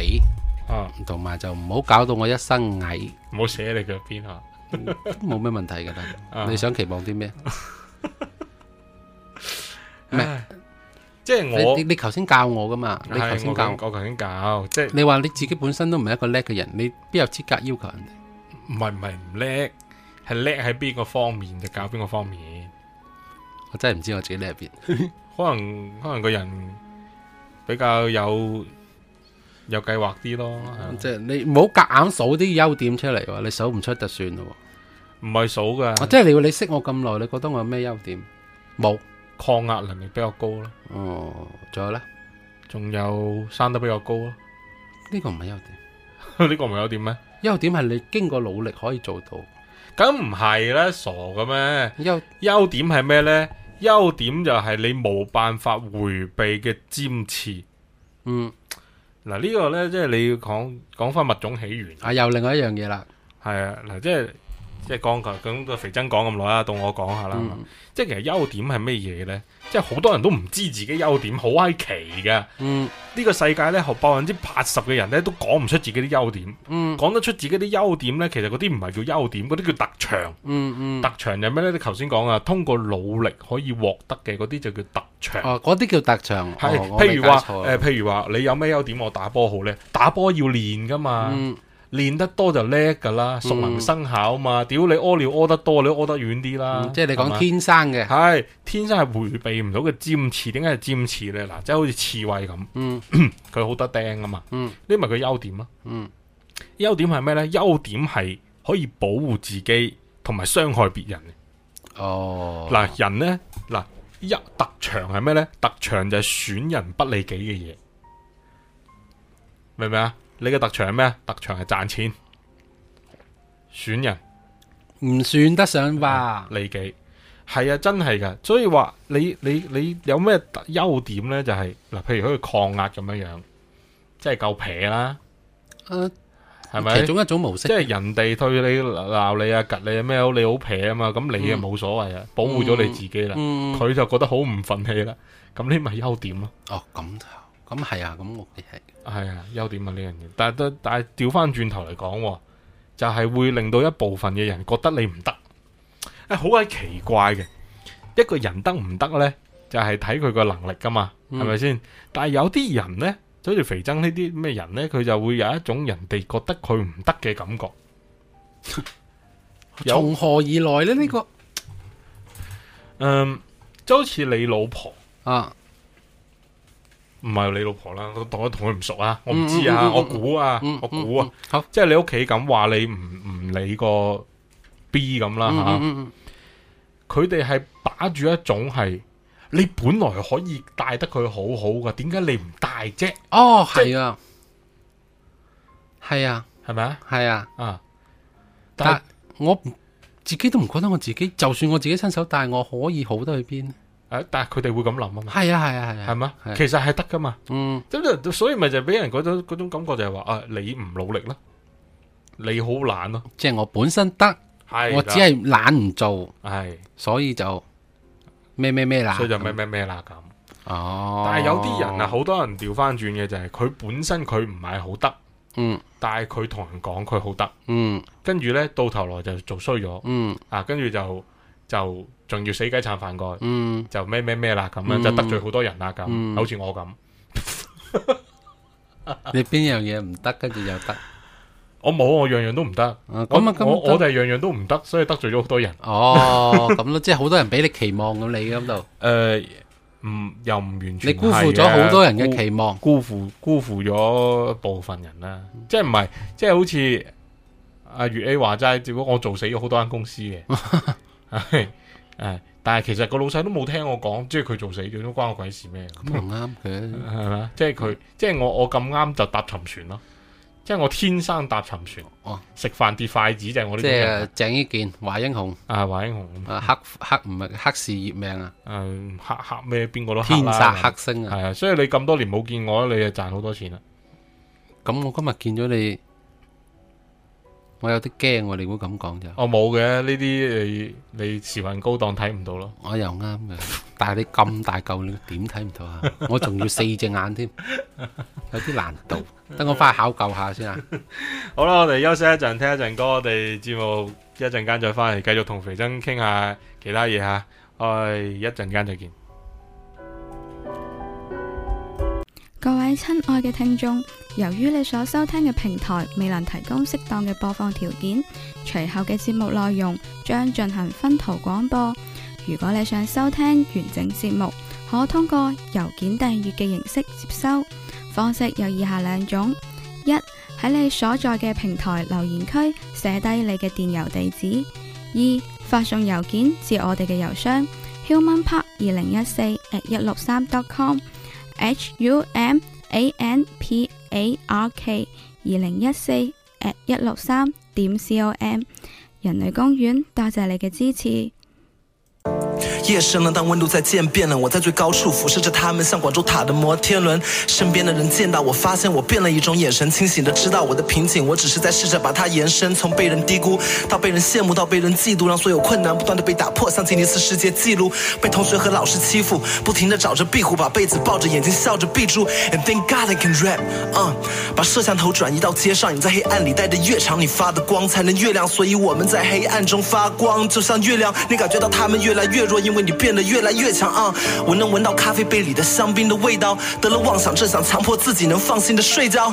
Speaker 1: 啊，
Speaker 2: 同埋就唔好搞到我一身矮，
Speaker 1: 唔好寫你腳邊啊嚇。
Speaker 2: 冇咩問題㗎啦。
Speaker 1: 啊
Speaker 2: 你想期望啲咩？咩
Speaker 1: 唉即係
Speaker 2: 你
Speaker 1: 我
Speaker 2: 你你頭先教我㗎嘛？你
Speaker 1: 係
Speaker 2: 頭先教
Speaker 1: 我
Speaker 2: 我，
Speaker 1: 咁我頭先教，即係
Speaker 2: 你話你自己本身都唔係一個叻嘅人，你邊有資格要求人哋？
Speaker 1: 唔係唔係唔叻，係叻喺邊個方面就教邊個方面。
Speaker 2: 我真係唔知我自己叻入邊。
Speaker 1: 可能可能個人比較有有計劃啲咯，係
Speaker 2: 即係你唔好夾硬數啲優點出嚟喎，你數唔出就算咯喎。
Speaker 1: 唔係數噶，
Speaker 2: 啊，即係你你識我咁耐，你覺得我有咩優點？冇。
Speaker 1: 抗壓能力比較高咯，
Speaker 2: 哦，仲有咧？
Speaker 1: 仲有生得比較高咯。 (laughs)
Speaker 2: 呢個唔係優點，
Speaker 1: 呢個唔係有點咩？
Speaker 2: 優點係你經過努力可以做到。
Speaker 1: 梗唔係啦，傻嘅咩？
Speaker 2: 優
Speaker 1: 優點係咩呢？優點就係你冇辦法迴避嘅尖刺。
Speaker 2: 嗯
Speaker 1: 嗱呢個呢，即係你要講講翻物種起源。
Speaker 2: 啊，又另外一樣嘢啦。
Speaker 1: 係啊，嗱，即係即係講佢咁個肥真講咁耐啊啦，到我講下啦。
Speaker 2: 嗯
Speaker 1: 即係其實優點係咩嘢呢？即係好多人都唔知自己優點，好閪奇噶。
Speaker 2: 嗯
Speaker 1: 呢個世界呢，學百分之八十嘅人呢都講唔出自己啲優點，
Speaker 2: 嗯
Speaker 1: 講得出自己啲優點呢，其實嗰啲唔係叫優點，嗰啲叫特長。
Speaker 2: 嗯嗯。
Speaker 1: 特長就係咩呢？你頭先講啊，通過努力可以獲得嘅嗰啲就叫特長。
Speaker 2: 哦，嗰啲叫特長。
Speaker 1: 係，
Speaker 2: 哦我
Speaker 1: 譬如
Speaker 2: 理解
Speaker 1: 話，
Speaker 2: 錯
Speaker 1: 誒、譬如話，你有咩優點？我打波好呢？打波要練噶嘛。
Speaker 2: 嗯
Speaker 1: 練得多就叻噶啦，熟能生巧嘛。屌你屙尿屙得多，你都屙得遠啲啦。
Speaker 2: 嗯嗯即係你
Speaker 1: 啊係嘛
Speaker 2: 講天生嘅。
Speaker 1: 係天生係迴避唔到嘅尖刺，點解係尖刺咧？嗱，即係好似刺猬咁，
Speaker 2: 嗯
Speaker 1: (clears throat) 佢好得釘啊嘛。
Speaker 2: 嗯
Speaker 1: 呢咪佢優點咯。
Speaker 2: 嗯
Speaker 1: 優點係咩咧？優點係可以保護自己同埋傷害別人嘅。
Speaker 2: 哦。
Speaker 1: 嗱、人咧，嗱一特長係咩咧？特長就係損人不利己嘅嘢，明唔明啊？你嘅特長係咩啊？特長係賺錢，損人。
Speaker 2: 唔算得上吧？
Speaker 1: 利己，係啊，真係噶。所以話你你你有咩特優點呢？就係、嗱，譬如好似抗壓咁樣樣，即係夠皮啦，
Speaker 2: 誒，
Speaker 1: 係咪
Speaker 2: 呃其？中一種模式
Speaker 1: 即。係人哋對你鬧你啊、吉你啊咩好，你好皮啊嘛，咁你啊
Speaker 2: 嗯
Speaker 1: 冇所謂啊，保護咗你自己啦。
Speaker 2: 嗯。
Speaker 1: 佢、就覺得好唔忿氣啦，咁呢咪優點咯。
Speaker 2: 哦，咁咁係啊，咁我哋係。
Speaker 1: 係啊，優點啊呢樣嘢，但係都但係調翻轉頭嚟講喎，就係、會令到一部分嘅人覺得你唔得，誒好鬼奇怪嘅。一個人得唔得呢？就係睇佢個能力噶嘛，
Speaker 2: 嗯
Speaker 1: 係咪先？但係有啲人呢，就好似肥增呢啲咩人呢，佢就會有一種人哋覺得佢唔得嘅感 (laughs) 覺。有
Speaker 2: 從何而來咧？呢、個
Speaker 1: 嗯，就好似你老婆，
Speaker 2: 啊，
Speaker 1: 唔係你老婆啦，我當我同佢唔熟啊，我唔知
Speaker 2: 嗯
Speaker 1: 啊，
Speaker 2: 嗯嗯嗯
Speaker 1: 我估啊
Speaker 2: 嗯，，
Speaker 1: 我估啊，
Speaker 2: 嗯，嗯好，
Speaker 1: 即係你屋企咁話你唔唔理個 B 咁啦
Speaker 2: 嗯
Speaker 1: 吓
Speaker 2: 嗯。嗯
Speaker 1: 佢哋係把住一種係你本來可以帶得佢好好嘅，點解你唔帶啫？
Speaker 2: 嗯，哦，係啊，係啊，
Speaker 1: 係咪啊？
Speaker 2: 係啊，
Speaker 1: 啊！但係
Speaker 2: 但我唔自己都唔覺得我自己，就算我自己親手帶，我可以好得去邊？
Speaker 1: 誒但係佢哋會咁諗啊嘛，
Speaker 2: 係啊，係啊，係
Speaker 1: 係
Speaker 2: 啊，
Speaker 1: 嘛？
Speaker 2: 係
Speaker 1: 其實係得噶嘛，
Speaker 2: 嗯，
Speaker 1: 咁就所以咪就俾人嗰種嗰種感覺就係話啊，你唔努力啦，你好懶咯，
Speaker 2: 即係我本身得，
Speaker 1: 係
Speaker 2: 我
Speaker 1: 啦
Speaker 2: 只係懶唔做，
Speaker 1: 係，
Speaker 2: 所以就咩咩咩啦。
Speaker 1: 所以就咩咩咩啦咁。
Speaker 2: 哦，
Speaker 1: 但係有啲人啊，，好多人調翻轉嘅就係佢本身佢唔係好得，
Speaker 2: 嗯
Speaker 1: 但係佢同人講佢好得，
Speaker 2: 嗯
Speaker 1: 跟住呢，到頭來就做衰咗。
Speaker 2: 嗯
Speaker 1: 啊，跟住就就仲要死雞撐飯蓋，
Speaker 2: 嗯，
Speaker 1: 就咩咩咩啦咁樣，
Speaker 2: 嗯
Speaker 1: 就得罪好多人啦咁，
Speaker 2: 嗯
Speaker 1: 好似我咁，
Speaker 2: 你邊樣嘢唔得，跟住又得。
Speaker 1: 我冇我樣樣都唔得，
Speaker 2: 啊
Speaker 1: 我
Speaker 2: 咁啊，咁
Speaker 1: 我我
Speaker 2: 得
Speaker 1: 哋樣樣都唔得，所以得罪咗好多人。
Speaker 2: 哦，咁咯，即係好多人俾你期望咁，你咁度，
Speaker 1: 誒，唔嗯又唔完全，啊
Speaker 2: 你辜負咗好多人嘅，期望。
Speaker 1: 辜負辜負咗部分人啦，即係唔係即係好似阿月 A 話齋，只不過我做死咗好多間公司嘅， (laughs) 係誒，但係其實個老細都冇聽我講，即係佢做死咗，都關我鬼事咩？
Speaker 2: 咁唔啱佢，
Speaker 1: 係嘛？即係佢，即係我我咁啱就搭沉船咯，即係我天生搭沉船。
Speaker 2: 哦
Speaker 1: 食飯跌筷子就係我呢
Speaker 2: 即
Speaker 1: 種人
Speaker 2: 係鄭伊健、華英雄
Speaker 1: 啊，華英雄，
Speaker 2: 啊，黑黑唔係黑事業命啊，
Speaker 1: 誒黑黑咩邊個都黑
Speaker 2: 天
Speaker 1: 啦
Speaker 2: 煞黑星啊！
Speaker 1: 係啊，所以你咁多年冇見我，你就賺好多錢啦。
Speaker 2: 咁我今日見咗你，我有啲驚喎，你會咁講 (laughs) 就，
Speaker 1: 我哦冇嘅呢啲，呃你你時運高檔睇唔到咯。
Speaker 2: 我又啱嘅，但係你咁大嚿，你點睇唔到啊？我仲要四隻眼添，有啲難度，等我翻去考究下先啊！
Speaker 1: 好啦，我哋休息一陣，聽一陣歌，我哋節目一陣間再翻嚟，繼續同肥珍傾下其他嘢吓。我哋一陣間再見。
Speaker 3: 各位親愛嘅聽眾，由於你所收聽嘅平台未能提供適當嘅播放條件，隨後嘅節目內容將進行分途廣播。如果你想收聽完整節目，可通過郵件訂閱嘅形式接收，方式有以下兩種：一喺你所在嘅平台留言區寫低你嘅電郵地址；二發送郵件至我哋嘅郵箱 humanpark 二零一四 at 一六三 dot com。h u m a n p a r k 二零一四 at 一六三點 c o m 人類公園，多謝你嘅支持。
Speaker 4: 夜深了，但温度在渐变冷。我在最高处俯视着他们，像广州塔的摩天轮。身边的人见到我，发现我变了一种眼神，清醒的知道我的瓶颈，我只是在试着把它延伸，从被人低估到被人羡慕，到被人嫉妒，让所有困难不断的被打破，像吉尼斯世界纪录。被同学和老师欺负，不停的找着壁虎，把被子抱着，眼睛笑着闭住。And thank God I can rap，嗯、把摄像头转移到街上，你在黑暗里待的越长，你发的光才能越亮，所以我们在黑暗中发光，就像月亮。你感觉到他们越来越弱，因为你变得越来越强啊！我能闻到咖啡杯里的香槟的味道，得了妄想症，想强迫自己能放心的睡觉。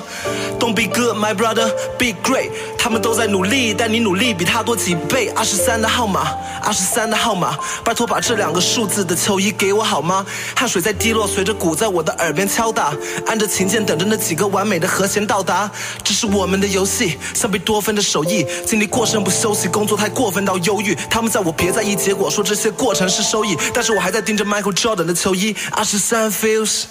Speaker 4: Don't be good, my brother, be great。他们都在努力，但你努力比他多几倍。二十三的号码，二十三的号码，拜托把这两个数字的球衣给我好吗？汗水在滴落，随着鼓在我的耳边敲打，按着琴键等着那几个完美的和弦到达。这是我们的游戏，像贝多芬的手艺，经历过剩不休息，工作太过分到忧郁。他们叫我别在意结果，说这些过程是收益，但是我还在盯着 Michael Jordan 的球衣。二十三 feels。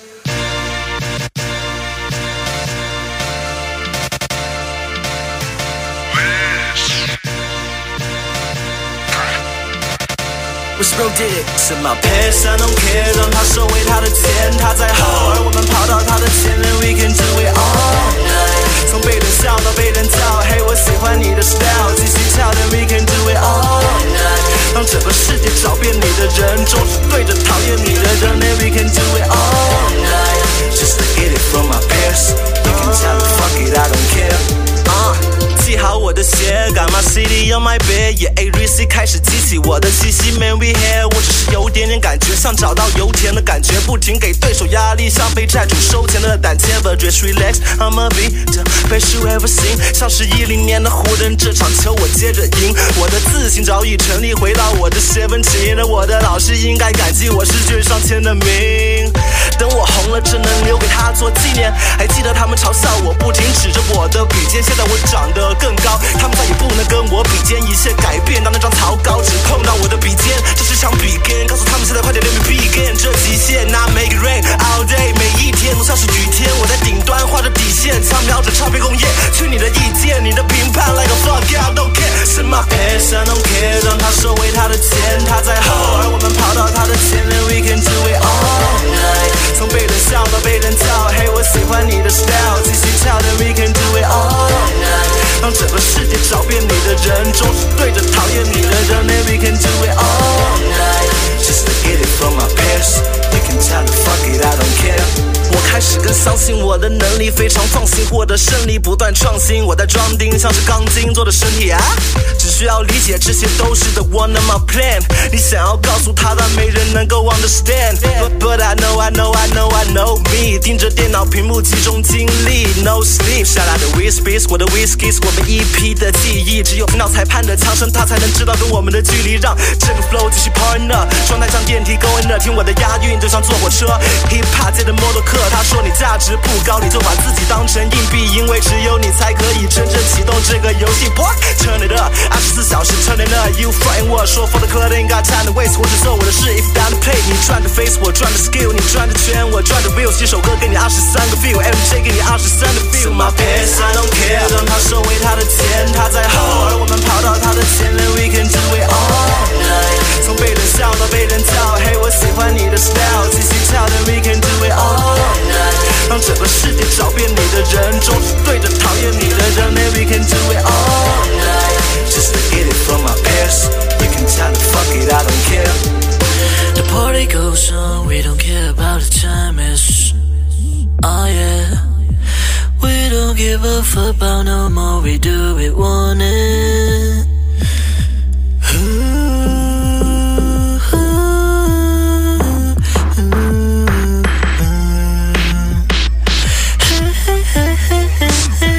Speaker 4: What's no dick？是 my pants I don't care，让他收回他的钱，他在好，而我们跑到他的前面，we can do it all。从被人笑到被人叫，嘿，我喜欢你的 style，极其俏的，we can do it all。让整个世界找遍你的人，总是对着讨厌你的人，and we can do it all。Just to get it from my pants，you can tell the Uh, fuck it，I don't care。Uh, 系好我的鞋，Got my city on my bed，yeah，every 窒息开始激起我的气息，Man we here，我只是有点点感觉，像找到油田的感觉，不停给对手压力，像被债主收钱的胆怯，But just relax，I'm a victor，被视为不行，像是一零年的湖人，这场球我接着赢，我的自信早已成立，回到我的学文琴，让我的老师应该感激我是卷上签的名，等我红了，只能留给他做纪念，还记得他们嘲笑我，不停指着我的笔尖，现在我长得更高，他们再也不能跟我比肩，一切改变，当那张草稿只碰到我的笔尖，这是场比拼，告诉他们现在快点 let me begin，这极限 not make it rain all day，每一天都像是雨天，我在顶端画着底线，苍描着唱片工业，去你的意见，你的评判 like a fuck I don't care，是吗？Yes I don't care，让他收回他的钱，他在后，而我们跑到他的前面，we can do it all night，从被人笑到被人叫，嘿，我喜欢你的 style，继续跳的 we can do it all night，让整个世界找遍你的人，终是对着讨厌你的人，and we can do it all night。Just to get it from my peers, you can tell the fuck it, I don't care。我开始更相信我的能力，非常放心，获得胜利，不断创新。我在装钉，像是钢筋做的身体啊，只需要理解这些都是 the one of my plan。你想要告诉他，但没人能够 understand。But but I know, I know, I know, I know me。盯着电脑屏幕集中精力，no sleep。下来的 whiskies，我的 whiskies，我们一批的记忆，只有脑裁判的枪声，他才能知道跟我们的距离，让这个 flow 继续 partner。状态像电梯 going up，听我的押韵就像坐火车。hip hop 界的默多克，他说你价值不高，你就把自己当成硬币，因为只有你才可以真正启动这个游戏。What? Turn it up，二十四小时 Turn it up。You fighting what？说 for the club ain't got time to waste，我只做我的事。If down to play，你赚的 face，我赚的 skill，你赚的圈，我赚的 view。新首歌给你二十三个 view，MJ 给你二十三个 view。My pants I don't care，让他收回他的钱，他在后，而我们跑到他的前面。We can do it all night，从被人笑到被人叫，嘿，我喜欢你的 style，继续跳的 We can do it all night，让整个世界找遍你的人，终是对着讨厌你的人。And we can do it all night。Just to get it from my peers. You can tell the fuck it, I don't care.
Speaker 5: The party goes on, we don't care about the time, it's oh yeah. We don't give a fuck about no more, we do it one it.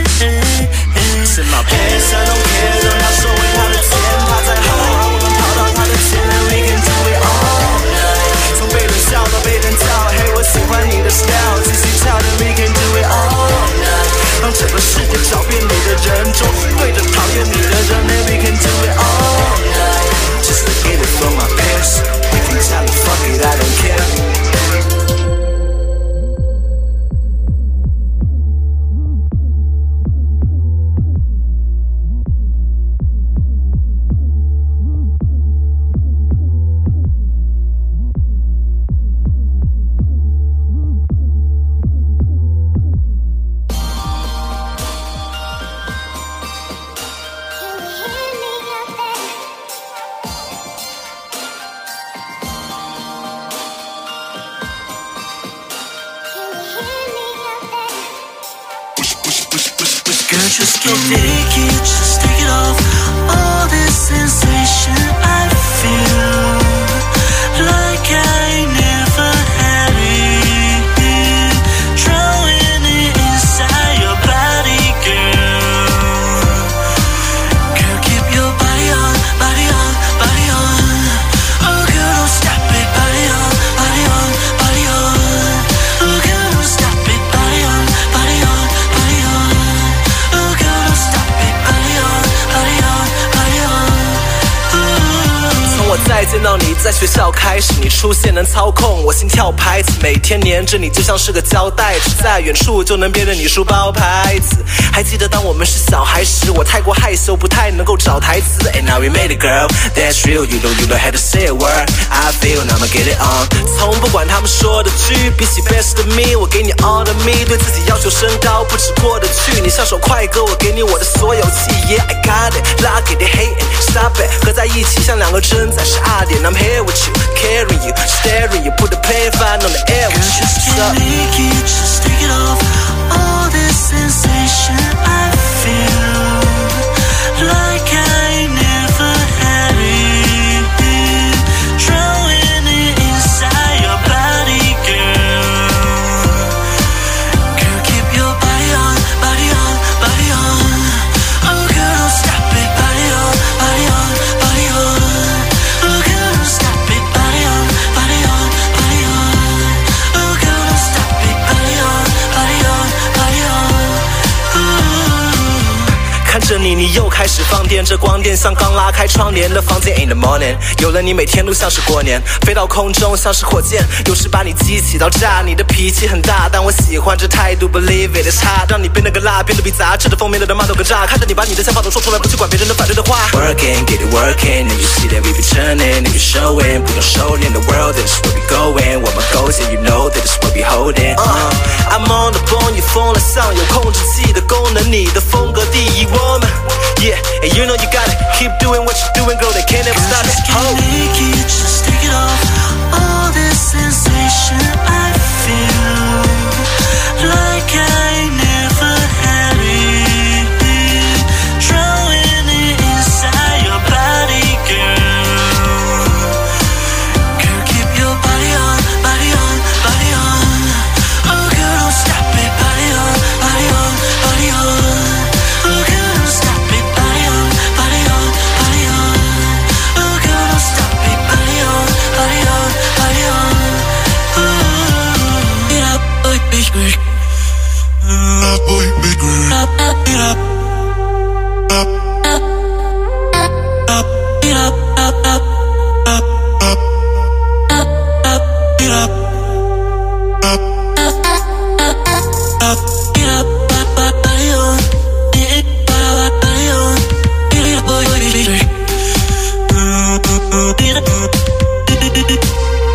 Speaker 4: It's in my pants, I don't care. 让他收回他的钱，他在后，我们跑到他的前面，We can do it all night。从被人笑到被人叫，嘿，我喜欢你的 style，继续跳的 We can do it all night。让整个世界找遍你的人，终是对着讨厌你的人，And we can do it all night。Just to get it from my pants, you can tell the fuck it, I don't care.
Speaker 6: Can you hear me out there? Can you hear me out there?
Speaker 5: Girl, just get naked, just take it off. All this sensation I feel, like I never had it. Drawing it inside your body, girl. Girl, keep your body on, body on, body on. Oh, girl, don't stop it, body on, body on, body on. Oh, girl, don't stop it, body on, body on, body on. Oh, girl, don't stop it, body on, body on, body on. Ooh.
Speaker 4: 从我再见到你在学校开始，你出现能操控我心跳拍子，每天粘着你就像是个胶带，只在远处就能辨认你书包牌子。还记得当我们是小孩时，我太过害羞，不太能够找台词。And now we made it, girl, that's real. You know you know how to say a word. I feel now I'ma get it on. 从不管他们说的句，比起 best of me，我给你 all of me，对自己要求升高，不止过得去。你像首快歌，我给你我的所有气，Yeah I got it，拉给的 hate stop it，合在一起像两个针在十二点。I'm here with you, carrying you, staring you, put the plane flying on the air with you.
Speaker 5: Just
Speaker 4: What's
Speaker 5: can't
Speaker 4: up?
Speaker 5: make it, just take it off. All this sensation I feel, like I never had Oh, Oh, Oh,
Speaker 4: 又开始放电，这光电像刚拉开窗帘的房间。In the morning，有了你每天都像是过年，飞到空中像是火箭，有时把你激起到炸。你的脾气很大，但我喜欢这态度，Believe it is hot，让你变得个辣，变得比杂志的封面的人骂都更炸。看着你把你的想法都说出来，不去管别人的反对的话。Working, get it working, and you see that we be turning, and you showing，不用收敛，the world is where we going，我们勾结，you know that is what we holding。I'm Uh, on the phone，你疯了，像有控制器的功能，你的风格第一，我们。Yeah, and you know you got it. Keep doing what you doing, girl. They can't ever stop it.
Speaker 5: Just get
Speaker 4: Oh.
Speaker 5: naked, just take it off. All this sensation I feel like I never had it. Drawing it inside your body, girl. Girl, keep your body on, body on, body on. Oh, girl, don't stop it. Body on, body on, body on. Oh, girl, don't stop it. Body on, body on, body on. Oh, girl, don't stop it. Body on, body on, body on. Ooh, it up, boy, big, big. Up, boy, big, big. Up, up, it up. Up, up, up, up, it up, up, up, up, up. Up, up, it up. Up, up, up, up, up, it up, up, up, body on. It, it, body on, body on. It up, boy, boy, big, big. It up, it, it, it, it.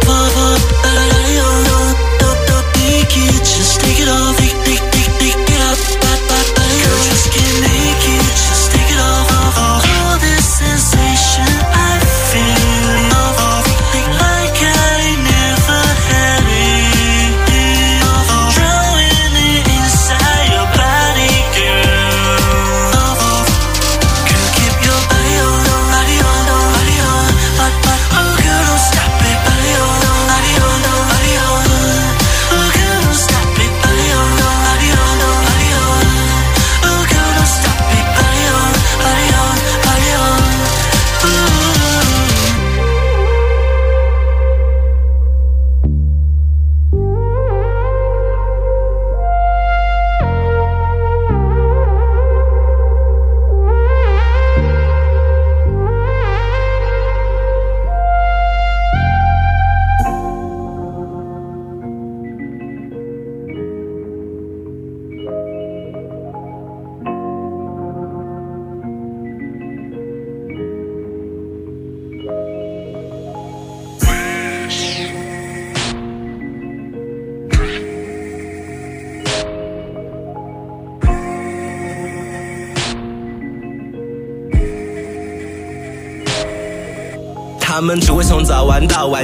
Speaker 5: Fall, fall, body on. Don't, don't, don't think it, just take it off. Take, take, take, take it up, up, up, body on. Just get naked, just take it off. All this sensation I feel. Like I never had it. Drawing it inside your body, girl. Girl, keep your body on, body on, body on, but but oh, girl, don't stop it, body on, body on, body on. Oh, girl, don't stop it, body on, body on, body on. Oh, girl, don't stop it, body on, body on, body on. Ooh.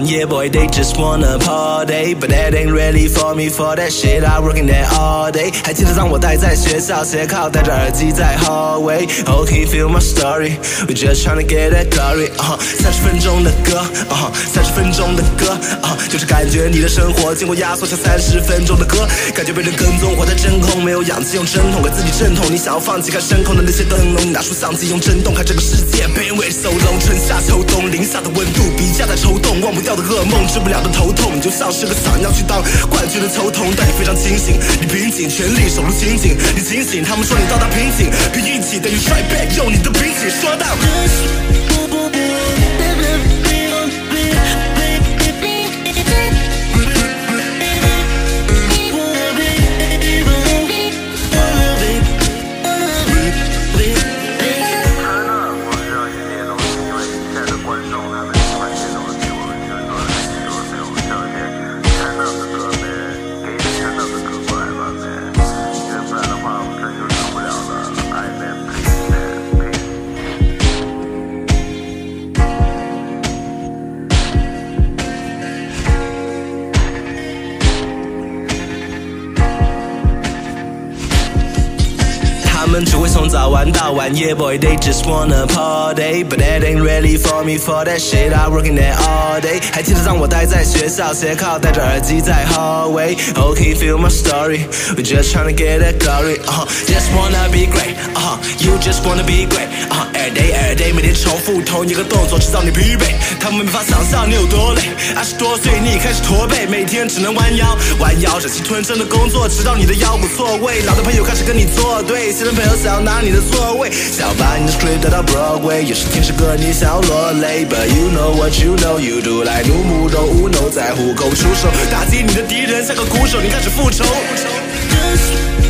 Speaker 4: Yeah, boy, they just wanna party, but that ain't really for me. For that shit, I working that all day. 还记得当我待在学校斜靠，戴着耳机在 hallway。Oh, can you feel my story? We just trying to get that glory. 啊、uh，三十分钟的歌，啊、uh，三十分钟的歌，啊、uh，就是感觉你的生活经过压缩成三十分钟的歌，感觉被人跟踪，活在真空，没有氧气，用针筒给自己镇痛。你想要放弃看深空的那些灯笼，拿出相机用震动看这个世界卑微的走龙，春夏秋冬，零下的温度，鼻架在抽动，忘不掉的噩梦，治不了的头痛，你就像是个想要去当冠军的球童，但你非常清醒，你拼尽全力守住清醒，你警醒，他们说你到达瓶颈，拼运气等于 t r back，用你的兵器说到。他们只会从早玩到晚，Yeah boy they just wanna party, but that ain't really for me. For that shit I working that all day. 还记得当我待在学校斜靠，戴着耳机在 hallway. Oh can you feel my story? We just trying to get that glory. Uh, just wanna be great. Uh, you just wanna be great. Uh, every day every day 每天重复同一个动作，直到你疲惫。他们没法想象你有多累。二十多岁你已开始驼背，每天只能弯腰弯腰，忍气吞声的工作，直到你的腰骨错位。老的朋友开始跟你作对，新的朋友想要。拿你的座位，想把你的 script 带到 Broadway，也是听诗歌你想要落泪，But you know what you know you do，来怒目都无能，在虎口出手，打击你的敌人像个鼓手，你开始复仇。
Speaker 5: Dance with